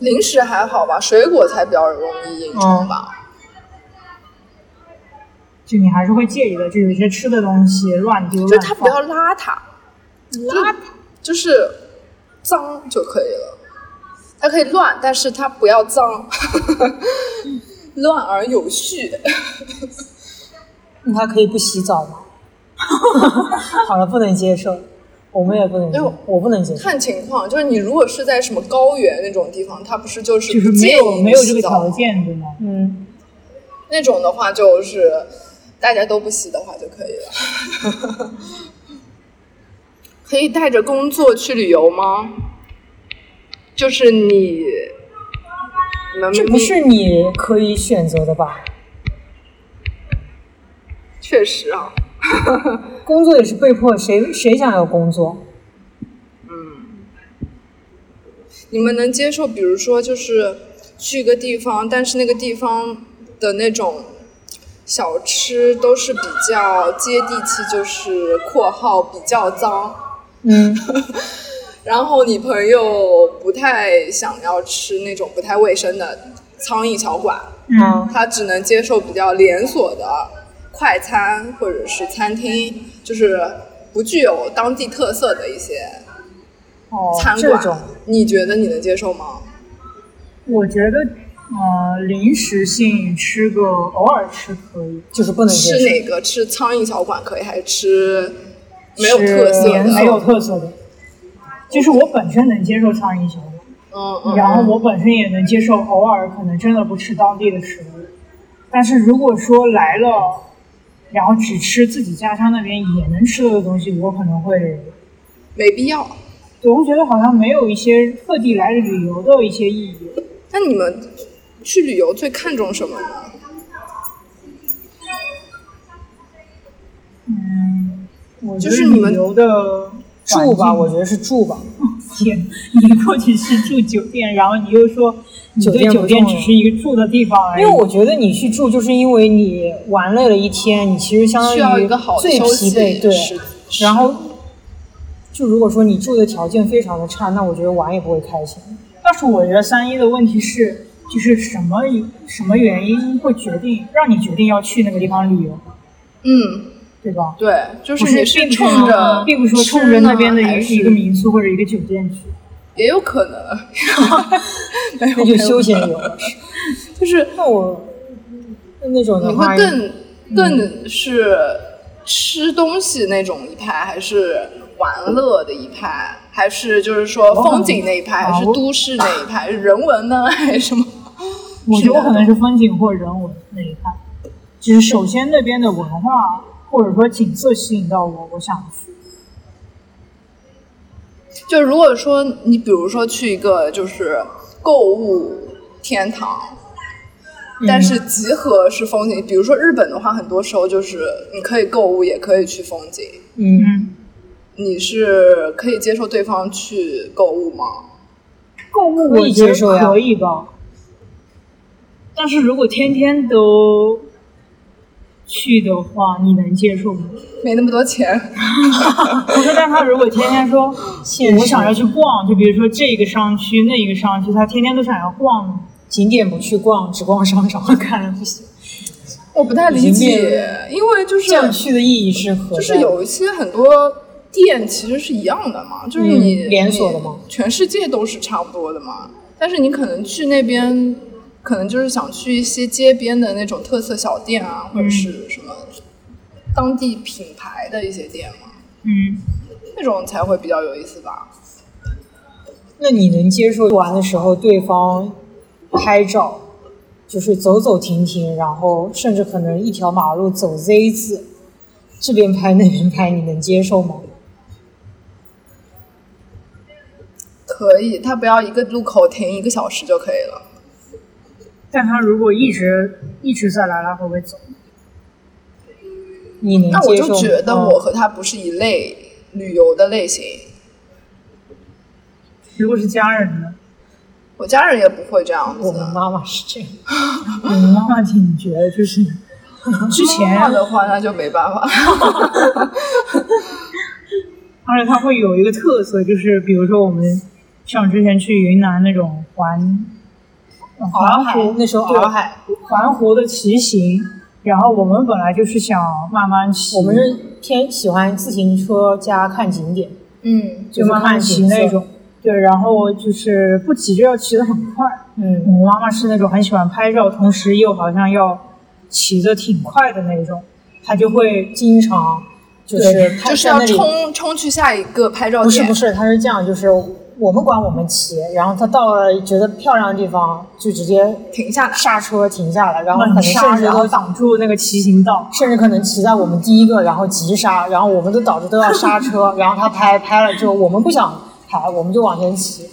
B: 零食还好吧，水果才比较容易引虫吧。
E: 就你还是会介意的，就有一些吃的东西乱丢
B: 就
E: 乱
B: 它
E: 放
B: 不。要邋遢，邋遢就是脏就可以了。它可以乱，但是它不要脏， 乱而有序。
C: 那他可以不洗澡 吗？好了，不能接受，我们也不能接
B: 哎呦
C: 受，我不能接受。
B: 看情况，就是你如果是在什么高原那种地方，它不是就是
E: 就是
B: 不
E: 没
B: 建
E: 有
B: 议
E: 没
B: 你
E: 有这
B: 洗
E: 个
B: 澡
E: 条
B: 吗？
E: 件，对吗？
C: 嗯，
B: 那种的话，就是大家都不洗的话就可以了。 可以带着工作去旅游吗？就是你能
C: 这不是你可以选择的吧？
B: 确实啊，
C: 工作也是被迫，谁谁想要工作？
B: 你们能接受，比如说就是去一个地方，但是那个地方的那种小吃都是比较接地气，就是（括号比较脏
C: 嗯，），
B: 然后你朋友不太想要吃那种不太卫生的苍蝇小馆，
A: 嗯
C: 啊，
B: 他只能接受比较连锁的快餐或者是餐厅，就是不具有当地特色的一些
C: 哦，
B: 餐
C: 这
B: 馆。
C: 种
B: 你觉得你能接受吗？
A: 我觉得呃，临时性吃个偶尔吃可以，
C: 就是不能接
B: 吃
C: 受。
B: 哪个？吃苍蝇小馆可以，还是吃没有特色
A: 是
B: 的？
A: 没有特色的。就是我本身能接受苍蝇小馆，
B: 嗯嗯。
A: 然后我本身也能接受偶尔可能真的不吃当地的食物，但是如果说来了，然后只吃自己家乡那边也能吃到的东西，我可能会，
B: 没必要。
A: 对我会觉得好像没有一些特地来旅游的一些意义。
B: 那你们去旅游最看重什么呢？
A: 嗯，我觉
B: 就是
A: 得
B: 你们
A: 旅游的
C: 住吧，
A: 环境
C: 我觉得是住吧。
A: 天，你过去是住酒店，然后你又说你
C: 酒
A: 对
C: 店不
A: 酒店
C: 重
A: 只
C: 要
A: 是一个住的地方而已。
C: 因为我觉得你去住，就是因为你玩累了一天，你其实
A: 呃
C: 相
B: 需要
C: 当于
B: 一个好的
C: 最
B: 休
C: 疲
B: 息
C: 惫，对。
B: 时时
C: 然后，就如果说你住的条件非常的差，那我觉得玩也不会开心。
A: 但是我觉得三一的问题是，就是什么什么原因会决定让你决定要去那个地方旅游，
B: 嗯，
A: 对吧？
B: 对，就是
A: 不是
B: 你是
A: 并不是啊
B: 冲着
A: 并不是说冲
B: 吃
A: 着
B: 呢
A: 那边的
B: 还
A: 一
B: 是
A: 一个民宿或者一个酒店去。
B: 也有可 能， 没有
C: 那就休闲游了。
B: 就是
C: 那我那种
B: 你
C: 的
B: 会
C: 话，
A: 嗯
B: 更更是吃东西那种一派，还是玩乐的一派，还是就是说风景那一派，还是
A: 啊我
B: 都市那一派，还是人文呢， 还是什么？
A: 我觉得
B: 是的
A: 我可能是风景或人文那一块，就是首先那边的文化或者说景色吸引到我，我想去。
B: 就如果说你比如说去一个就是购物天堂，
A: 嗯
B: 但是集合是风景，比如说日本的话，很多时候就是你可以购物，也可以去风景。
C: 嗯，
A: 嗯，
B: 你是可以接受对方去购物吗？
A: 购物
C: 可以
A: 我觉
C: 接
A: 得
C: 受呀
A: 可以吧，但是如果天天都去的话，你能接受吗？
B: 没那么多钱，
A: 我说，但他如果天天说
C: 现
A: 我想要
C: 实
A: 去逛，就比如说这个商区、那一个商区，他天天都想要逛呢，
C: 景点不去逛，只逛商场，
A: 看来不行。
B: 我不太理
C: 已经变
B: 解，因为就是
C: 这样去的意义是何在？
B: 就是有一些很多店其实是一样的嘛，就是
C: 嗯
B: 你、
C: 连锁的吗
B: 你全世界都是差不多的嘛。但是你可能去那边，可能就是想去一些街边的那种特色小店
C: 嗯
B: 啊，或者是什么当地品牌的一些店嘛，
A: 嗯，
B: 那种才会比较有意思吧。
C: 那你能接受玩的时候对方拍照，就是走走停停，然后甚至可能一条马路走 Z 字，这边拍 那边拍，你能接受吗？
B: 可以，他不要一个路口停一个小时就可以了。
A: 但他如果一直一直在来来回回走，
C: 你能
B: 那我
C: 接受
B: 就
C: 吗？
B: 觉得
C: 嗯
B: 我和他不是一类旅游的类型，
A: 如果是家人呢？
B: 我家人也不会这样子
C: 我。们妈妈是这样，
A: 我们妈妈挺绝 的，就是之前啊
B: 妈妈，的话，那就没办法。
A: 而且它会有一个特色，就是比如说我们像之前去云南那种环呃
C: 洱
A: 环
C: 海
A: 湖
C: 那时候
A: 对
C: 洱海，
A: 环湖的骑行，然后我们本来就是想慢慢骑，
C: 我们是偏喜欢自行车加看景点，
B: 嗯，
A: 就
C: 就是
A: 慢慢
C: 看
A: 骑
C: 景色
A: 那种。对，然后就是不骑就要骑得很快。
C: 嗯，
A: 我妈妈是那种很喜欢拍照，同时又好像要骑得挺快的那种，她就会
C: 经常就是
A: 对
C: 拍
B: 就是
C: 在
B: 要
C: 那里
B: 冲冲去下一个拍照
C: 不是
B: 点。
C: 不是，他是这样，就是我们管我们骑，然后他到了觉得漂亮的地方就直接
B: 停下来。
C: 刹车停下来，然后可
A: 猛
C: 能
A: 刹，
C: 甚至
A: 然
C: 都
A: 后挡住那个骑行道。
C: 甚至可能骑在我们第一个，然后急刹，然后我们都导致都要刹车，然后他拍拍了之后，我们不想拍，我们就往前骑，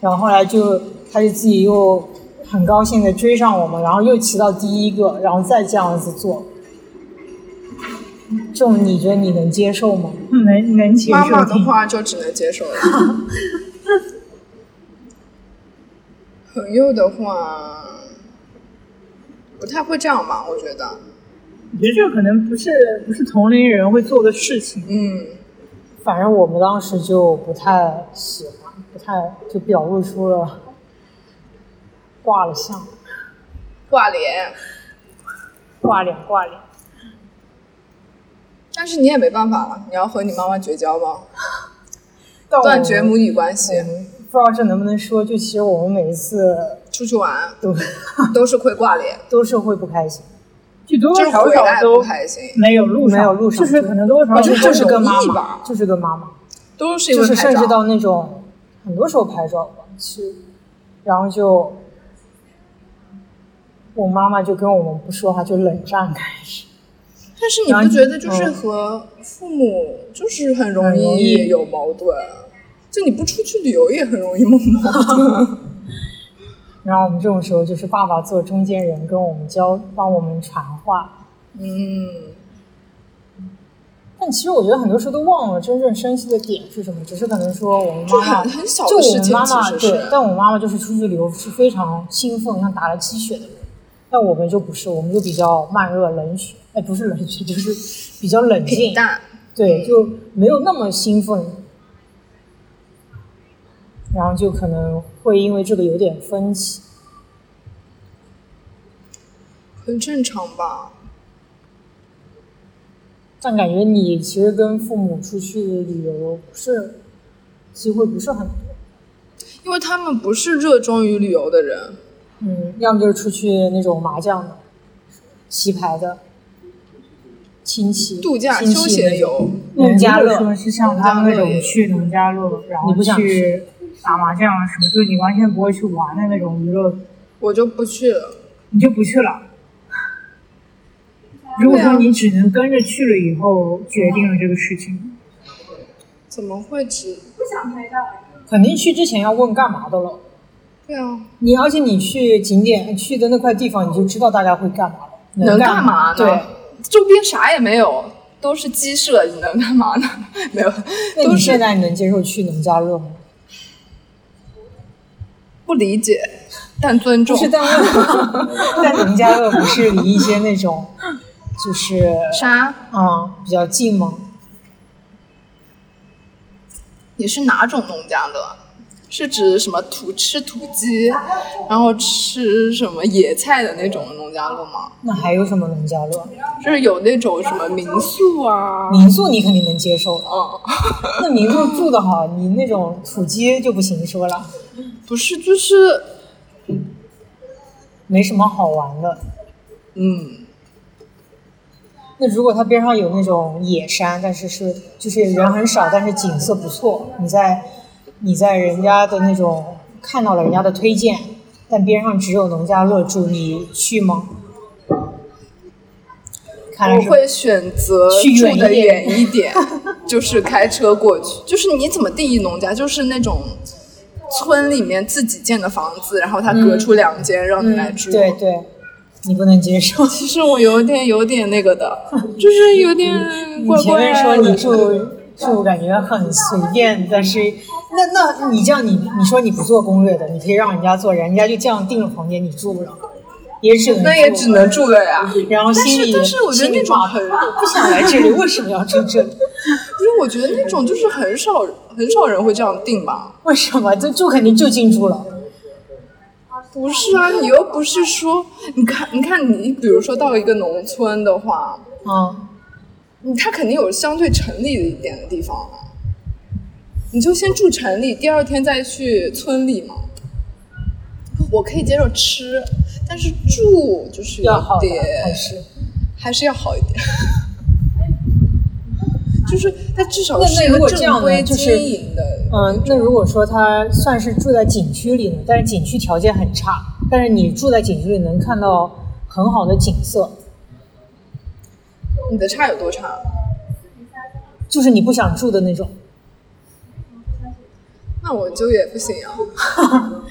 C: 然后后来就他就自己又很高兴的追上我们，然后又骑到第一个，然后再这样子做。这种你觉得你能接受吗？
A: 嗯
E: 能能接
B: 妈妈
E: 受
B: 的
E: 挺
B: 话就只能接受 了。朋友的话，不太会这样吧？我觉得，
E: 我觉得这可能不是不是同龄人会做的事情。
B: 嗯，
C: 反正我们当时就不太喜欢，不太就表露出了挂了相，
B: 挂脸，
C: 挂脸挂脸。
B: 但是你也没办法了，你要和你妈妈绝 交吗？
C: 但我嗯
B: 断
C: 们
B: 绝母女关系，
C: 不知道这能不能说，就其实我们每一次
B: 出去玩
C: 都
B: 都是会挂脸，
C: 都是会不开心。
E: 就多
B: 就是
E: 多少
B: 回来
E: 少
B: 不
E: 都
B: 开心，
E: 没有路上，
C: 没有路上
E: 就是可能多
C: 我
E: 少
B: 觉
C: 觉
B: 得
C: 得
B: 这
E: 少
C: 就
B: 是
C: 是
B: 跟
C: 跟
B: 妈
C: 妈
B: 妈
C: 妈，就是跟妈妈，
B: 都是因
C: 就
B: 为
C: 是
B: 拍
C: 甚至
B: 照。
C: 到那种很多时候拍照吧，去，然后就我妈妈就跟我们不说话，就冷战开始。
B: 但是你不觉得就是和父母就是很容
C: 嗯很容
B: 易
C: 易
B: 有矛盾？啊就你不出去旅游也很容易有矛 盾。
C: 然后我们这种时候就是爸爸做中间人，跟我们教帮我们传话。
B: 嗯，
C: 但其实我觉得很多时候都忘了真正生气的点是什么，只是可能说我们
B: 就
C: 妈妈
B: 很很小
C: 就
B: 的
C: 我
B: 事
C: 们
B: 情，
C: 妈妈
B: 其实
C: 对
B: 是，。
C: 但我妈妈就是出去旅游是非常兴奋，像打了鸡血的人。但我们就不是，我们就比较慢热冷血，哎，不是冷血，就是比较冷
B: 平
C: 静，
B: 淡，
C: 对，就没有那么兴奋。然后就可能会因为这个有点分歧，
B: 很正常吧？
C: 但感觉你其实跟父母出去旅游不是机会不是很多，
B: 因为他们不是热衷于旅游的人，
C: 嗯，要么就是出去那种麻将的、棋牌的、亲戚
B: 度假
C: 亲戚
B: 休闲游，
C: 农家
E: 如果
C: 乐
E: 说，是像他们那种去农家乐，然后
C: 你不想
E: 去打麻将啊什么，就你完全不会去玩的那种娱乐，
B: 我就不去了。
E: 你就不去了。如果说你只能跟着去了以后决定了这个事情，
B: 怎么会只？
D: 不想拍照，
C: 肯定去之前要问干嘛的了。
B: 对啊，
C: 你而且你去景点去的那块地方，你就知道大家会干嘛了，能
B: 干
C: 嘛
B: 呢？
C: 对，，
B: 周边啥也没有，都是鸡舍，你能干嘛呢？ 没有，
C: 那
B: 都
C: 你
B: 是
C: 现在能接受去农家乐吗？
B: 不理解，但尊
C: 不
B: 重。
C: 是，但问，但农家乐不是离一些那种，就是
B: 啥？
C: 啊、比较近吗？
B: 你是哪种农家乐？是指什么土吃土鸡，然后吃什么野菜的那种农家乐吗？
C: 那还有什么农家乐？
B: 就是有那种什么民宿啊，
C: 民宿你肯定能接受了，
B: 嗯，
C: 那民宿住的好，你那种土鸡就不行说了，
B: 不是，就是
C: 没什么好玩的。
B: 嗯，
C: 那如果它边上有那种野山，但是是就是人很少，但是景色不错，你在你在人家的那种看到了人家的推荐，但边上只有农家乐住，你去吗？看来
B: 我
C: 是
B: 会选择
C: 去
B: 住
C: 远一
B: 的
C: 点
B: 远一点， 就是开车过去。就是你怎么定义农家？就是那种村里面自己建的房子，然后它隔出两间让你来
C: 嗯
B: 住。
C: 对对，你不能接受。
B: 其实我有点有点那个的，就是有点
C: 你
B: 怪
C: 前
B: 怪
C: 面
B: 的。
C: 说你住住感觉很随便，但是那那你这样你你说你不做攻略的，你可以让人家做，人家就这样订了房间你住了，也只能
B: 那也
C: 住
B: 只能住了呀。
C: 然后
B: 但
C: 心
B: 是
C: 里
B: 但是我觉
C: 心
B: 得
C: 里
B: 那种
C: 骂
B: 很，
C: 不想来这里，为什么要住这里？
B: 不是我觉得那种就是很少很少人会这样定吧。
C: 为什么就就肯定就进住了？
B: 不是啊，你又不是说，你看，你看你，比如说到一个农村的话，
C: 啊、
B: 你它肯定有相对城里的一点的地方啊，你就先住城里，第二天再去村里嘛。我可以接受吃，但是住就是
C: 要好
B: 有
C: 的
B: 点
C: 还是
B: 还是要 好一点。就是它至少
C: 那那
B: 是一
C: 如
B: 个
C: 果这样
B: 正
C: 呢
B: 规
C: 就
B: 经
C: 是
B: 营的，
C: 嗯，那如果说他算是住在景区里呢，但是景区条件很差，但是你住在景区里能看到很好的景色，
B: 你的差有多差？
C: 就是你不想住的那种。
B: 那我就也不行啊。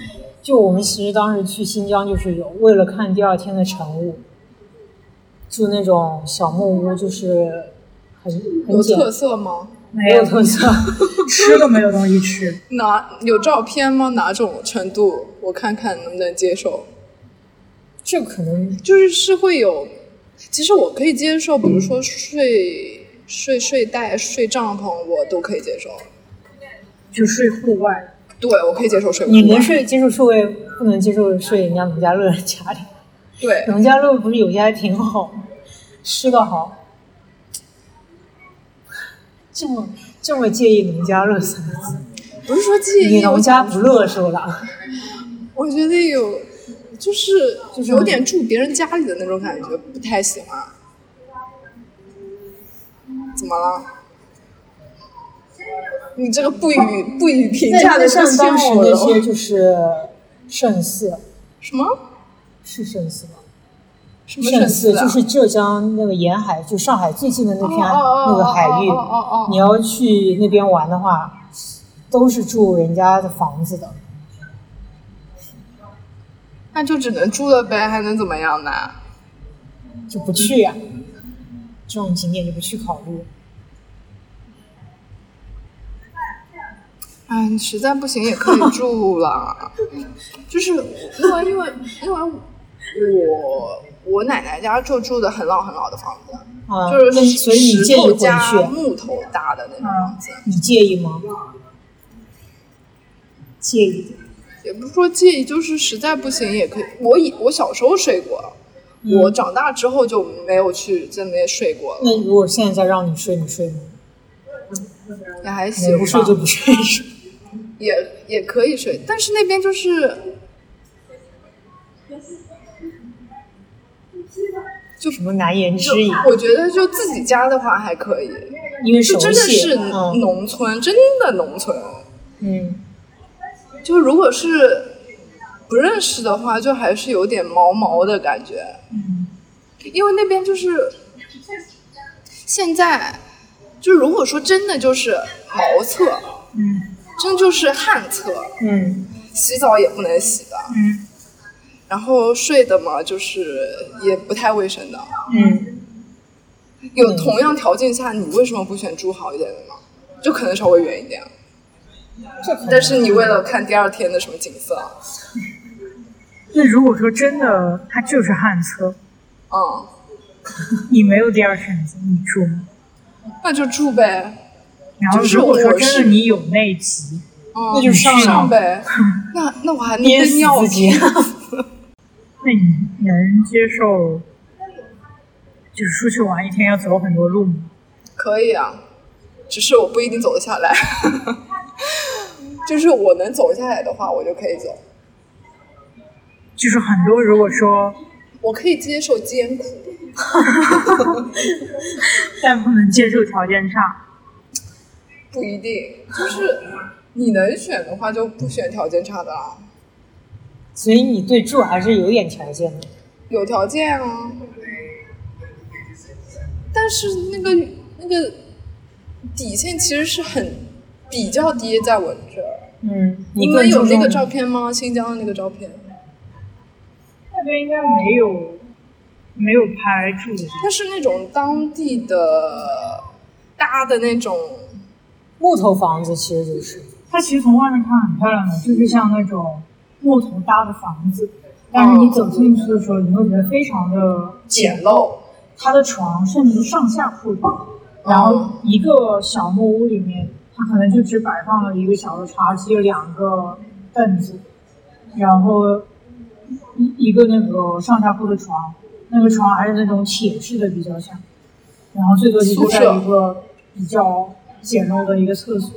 C: 就我们其实当时去新疆就是有为了看第二天的晨雾，住那种小木屋，就是很很
B: 有
C: 简
B: 特色吗？
C: 没有特 色，
A: 吃都没有东西吃。
B: 哪有照片吗？哪种程度？我看看能不能接受。
C: 这可能
B: 就是是会有，其实我可以接受，比如说睡睡睡袋、睡帐篷，我都可以接受。
A: 就睡户外，
B: 对，我可以接受睡
C: 你
B: 户
C: 能
B: 外。
C: 睡接受睡位，不能接受睡人家农家乐家里。
B: 对，
C: 农家乐不是有家挺好，吃的好，这么这么介意农家乐三个字？
B: 不是说介
C: 你
B: 意，我
C: 农家不乐是吧？
B: 我觉得有，就是
C: 就是
B: 有点住别人家里的那种感觉，不太喜欢。怎么了？你这个不予不予评价的
C: 像
B: 是
C: 当时
B: 我
C: 那
B: 了
C: 些就是胜寺，
B: 什么
C: 是胜寺吗？
B: 什么省
C: 寺
B: 啊
C: 就是浙江那个沿海，就上海最近的那片
B: 哦哦哦
C: 那个海域
B: 哦哦哦哦，
C: 你要去那边玩的话，都是住人家的房子的。
B: 那就只能住了呗，还能怎么样呢？
C: 就不去呀、这种景点就不去考虑。
B: 哎，你实在不行也可以住了，就是因为因为因为我我奶奶家就住的很老很老的房子，
C: 啊，
B: 就
C: 那
B: 是
C: 所以你
B: 石
C: 介意
B: 头
C: 回
B: 加
C: 去？嗯
B: 木头搭的那种房子，
C: 你介意吗？介意的。
B: 也不是说介意，就是实在不行也可以。我以我小时候睡过，
C: 嗯
B: 我长大之后就没有去在那边睡过了，
C: 那如果现在再让你睡，你睡吗？
B: 也还
C: 你
B: 行
C: 不睡
B: 吧
C: 就，不睡。
B: 也也可以睡，但是那边就是
C: 什么难言之隐？
B: 我觉得就自己家的话还可以，
C: 因为
B: 就
C: 熟
B: 真的
C: 悉。
B: 是
C: 嗯
B: 农村，真的农村。
C: 嗯，
B: 就如果是不认识的话，就还是有点毛毛的感觉。嗯，因为那边就是现在，就如果说真的就是茅厕，嗯，真就是旱厕，
C: 嗯，
B: 洗澡也不能洗的，嗯，然后睡的嘛，就是也不太卫生的，
C: 嗯。
B: 有同样条件下，你为什么不选住好一点的呢？就可能稍微远一点，
C: 这可能
B: 但是你为了看第二天的什么景色，啊
A: 那如果说真的，它就是旱厕，
B: 嗯。
A: 你没有第二选择，你住吗？
B: 那就住呗，
A: 然后
B: 就是
A: 如果说
B: 我
A: 真
B: 是
A: 的你有内急，
B: 嗯、
C: 那就上啊
B: 上呗。那那我还能
C: 憋
B: 被
C: 死
B: 尿
C: 自己。
A: 那你能接受就是出去玩一天要走很多路吗？
B: 可以啊，只是我不一定走得下来。 就是我能走下来的话，我就可以走。
A: 就是很多如果说
B: 我可以接受艰苦，
A: 但不能接受条件差，
B: 不一定。就是你能选的话，就不选条件差的啦。
C: 所以你对住还是有点条件的。
B: 有条件啊，但是那个那个底线其实是很比较低，在我这儿。
C: 嗯，
B: 你
C: 更
B: 们有
C: 注
B: 那
C: 重
B: 个照片吗？新疆的那个照片，
A: 那边应该没有没有拍住的地方，
B: 它是那种当地的搭的那种，
C: 木头房子，其实就是。
A: 它其实从外面看很漂亮的，就是像那种木头搭的房子，但是你走进去的时候，你会觉得非常的
B: 简陋。
A: 它的床甚至是上下铺的，然后一个小木屋里面，它可能就只摆放了一个小的茶几、两个凳子，然后一一个那个上下铺的床，那个床还是那种铁质的比较像，然后最多就是在一个比较简陋的一个厕所，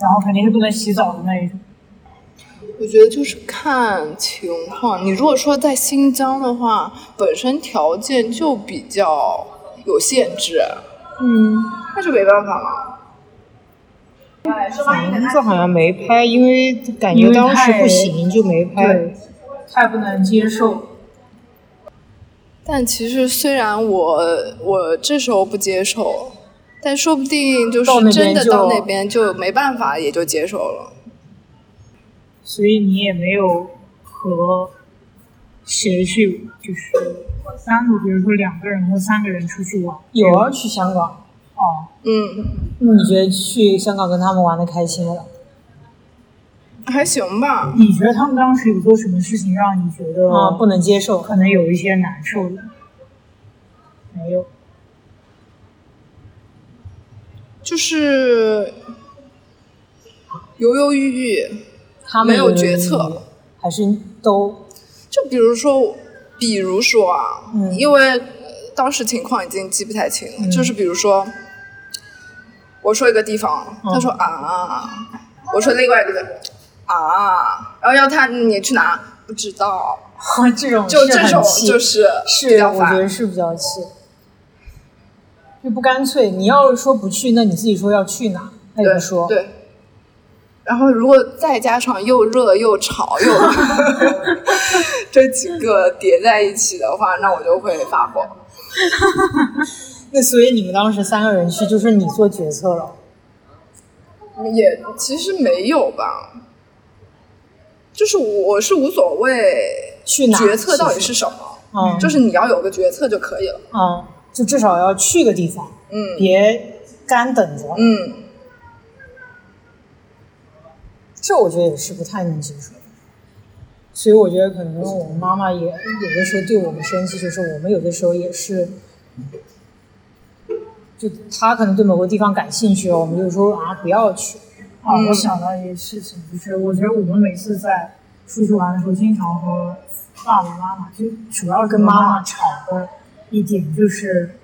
A: 然后肯定是不能洗澡的那一种。
B: 我觉得就是看情况。你如果说在新疆的话，本身条件就比较有限制，
C: 嗯，
B: 那就没办法了。
C: 房子好像没拍，因为感
A: 因
C: 觉
A: 为
C: 当时
A: 太
C: 不行就没拍。，
A: 太不能接受。
B: 但其实虽然我我这时候不接受，但说不定就
C: 到那
B: 是
C: 边
B: 真的
C: 就
B: 到那边就没办法，也就接受了。
A: 所以你也没有和谁去，就是单独，比如说两个人或三个人出去玩。
C: 有要去香港，
A: 哦，
B: 嗯，
C: 那你觉得去香港跟他们玩的开心吗？
B: 嗯还行吧。
A: 你觉得他们当时有做什么事情让你觉得
C: 啊，不能接受。
A: 可能有一些难受的？没有，
B: 就是犹犹豫豫，
C: 他们
B: 没有决策，
C: 还是都
B: 就比如说，比如说啊，
C: 嗯
B: 因为当时情况已经记不太清了，就是比如说，我说一个地方，
C: 嗯
B: 他说啊，我说另外一个地方啊，然后要他你去哪不知道，
C: 这种
B: 就是这
C: 很
B: 种
C: 气
B: 就是比
C: 是，
B: 较
C: 我觉得
B: 烦。
C: 是比较气，就不干脆。你要是说不去，那你自己说要去哪，他也
B: 对
C: 不说。
B: 对。然后，如果再加上又热又吵 又 这几个叠在一起的话，那我就会发火。
C: 那所以你们当时三个人去，就是你做决策了。
B: 也其实没有吧，就是我是无所谓
C: 去哪
B: 决策到底
C: 其实
B: 是什么，
C: 嗯，
B: 就是你要有个决策就可以了。
C: 嗯，就至少要去个地方，
B: 嗯
C: 别干等着。
B: 嗯，
C: 这我觉得也是不太能接受的。所以我觉得可能我们妈妈也有的时候对我们生气，就是我们有的时候也是，就她可能对某个地方感兴趣了，我们就说啊不要去。
A: 啊，我想到一个事情，就是我觉得我们每次在出去玩的时候，经常和爸爸妈妈，就主要跟妈妈吵的一点就是，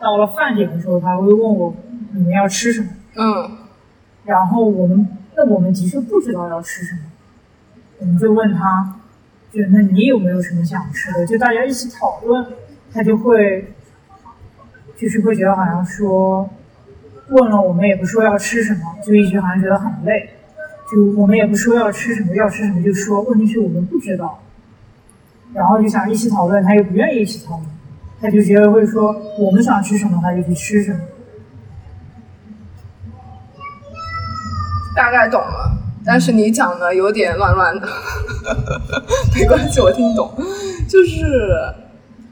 A: 到了饭点的时候，他会问我你们要吃什么，
B: 嗯
A: 然后我们那我们的确不知道要吃什么，我们就问他，就那你有没有什么想吃的？就大家一起讨论，他就会，就是会觉得好像说，问了我们也不说要吃什么，就一直好像觉得很累，就我们也不说要吃什么，要吃什么就说问题是我们不知道，然后就想一起讨论，他又不愿意一起讨论，他就觉得会说我们想吃什么他就去吃什么。
B: 大概懂了，但是你讲的有点乱乱的， 没关系，我听懂。就是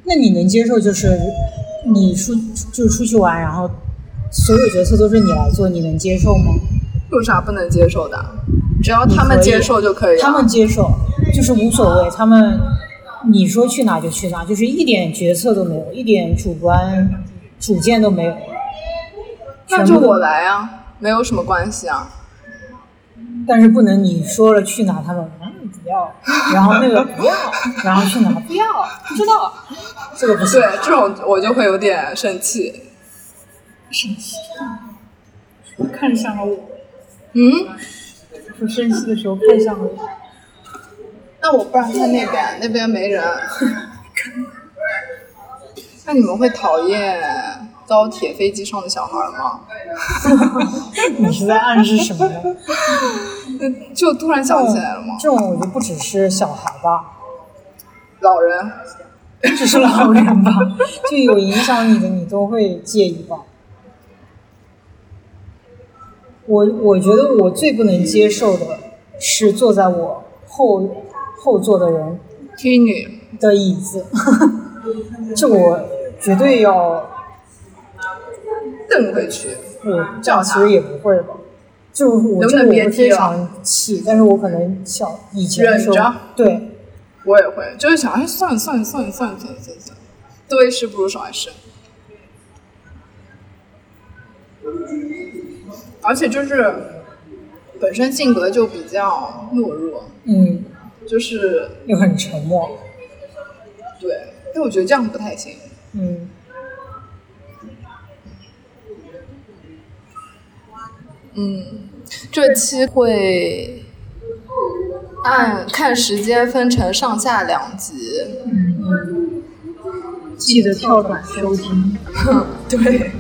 C: 那你能接受就是你出就是出去玩，然后所有决策都是你来做，你能接受吗？
B: 有啥不能接受的，只要他们接受就可以了。
C: 他们接受，就是无所谓，他们你说去哪就去哪，就是一点决策都没有，一点主观主见都没有。
B: 那
C: 全
B: 就
C: 部都
B: 我来啊，没有什么关系啊。
C: 但是不能你说了去哪，他们嗯不要，然后那个不要，然后去哪不要，不知道，这个不行
B: 对。，这种我就会有点生气。
A: 看向了我，
B: 嗯。
A: 我生气的时候看向了我。
B: 那我不然在那边，那边没人。 那你们会讨厌高铁、飞机上的小孩吗？
C: 你是在暗示什么呀？
B: 那就突然想起来了吗？
C: 这种我觉得不只是小孩吧，
B: 老人，
C: 不只是老人吧，就有影响你的，你都会介意吧。我我觉得我最不能接受的是坐在我后后座的人
B: 听你，
C: 的椅子， 这我绝对要
B: 瞪回去。
C: 我这样其实也不会吧，就我
B: 能不
C: 这个
B: 能
C: 我
B: 别
C: 会
B: 提
C: 非
B: 了
C: 常气，但是我可能小以前的时
B: 忍
C: 候
B: 着，
C: 对，
B: 我也会，就是想，哎，算了算了算了算了算了算了算了，多一事不如少一事。而且就是本身性格就比较懦弱，
C: 嗯，
B: 就是
C: 又很沉默，
B: 对，但我觉得这样不太行。
C: 嗯，
B: 这期会按看时间分成上下两集。
A: 记得跳转收听。
B: 对，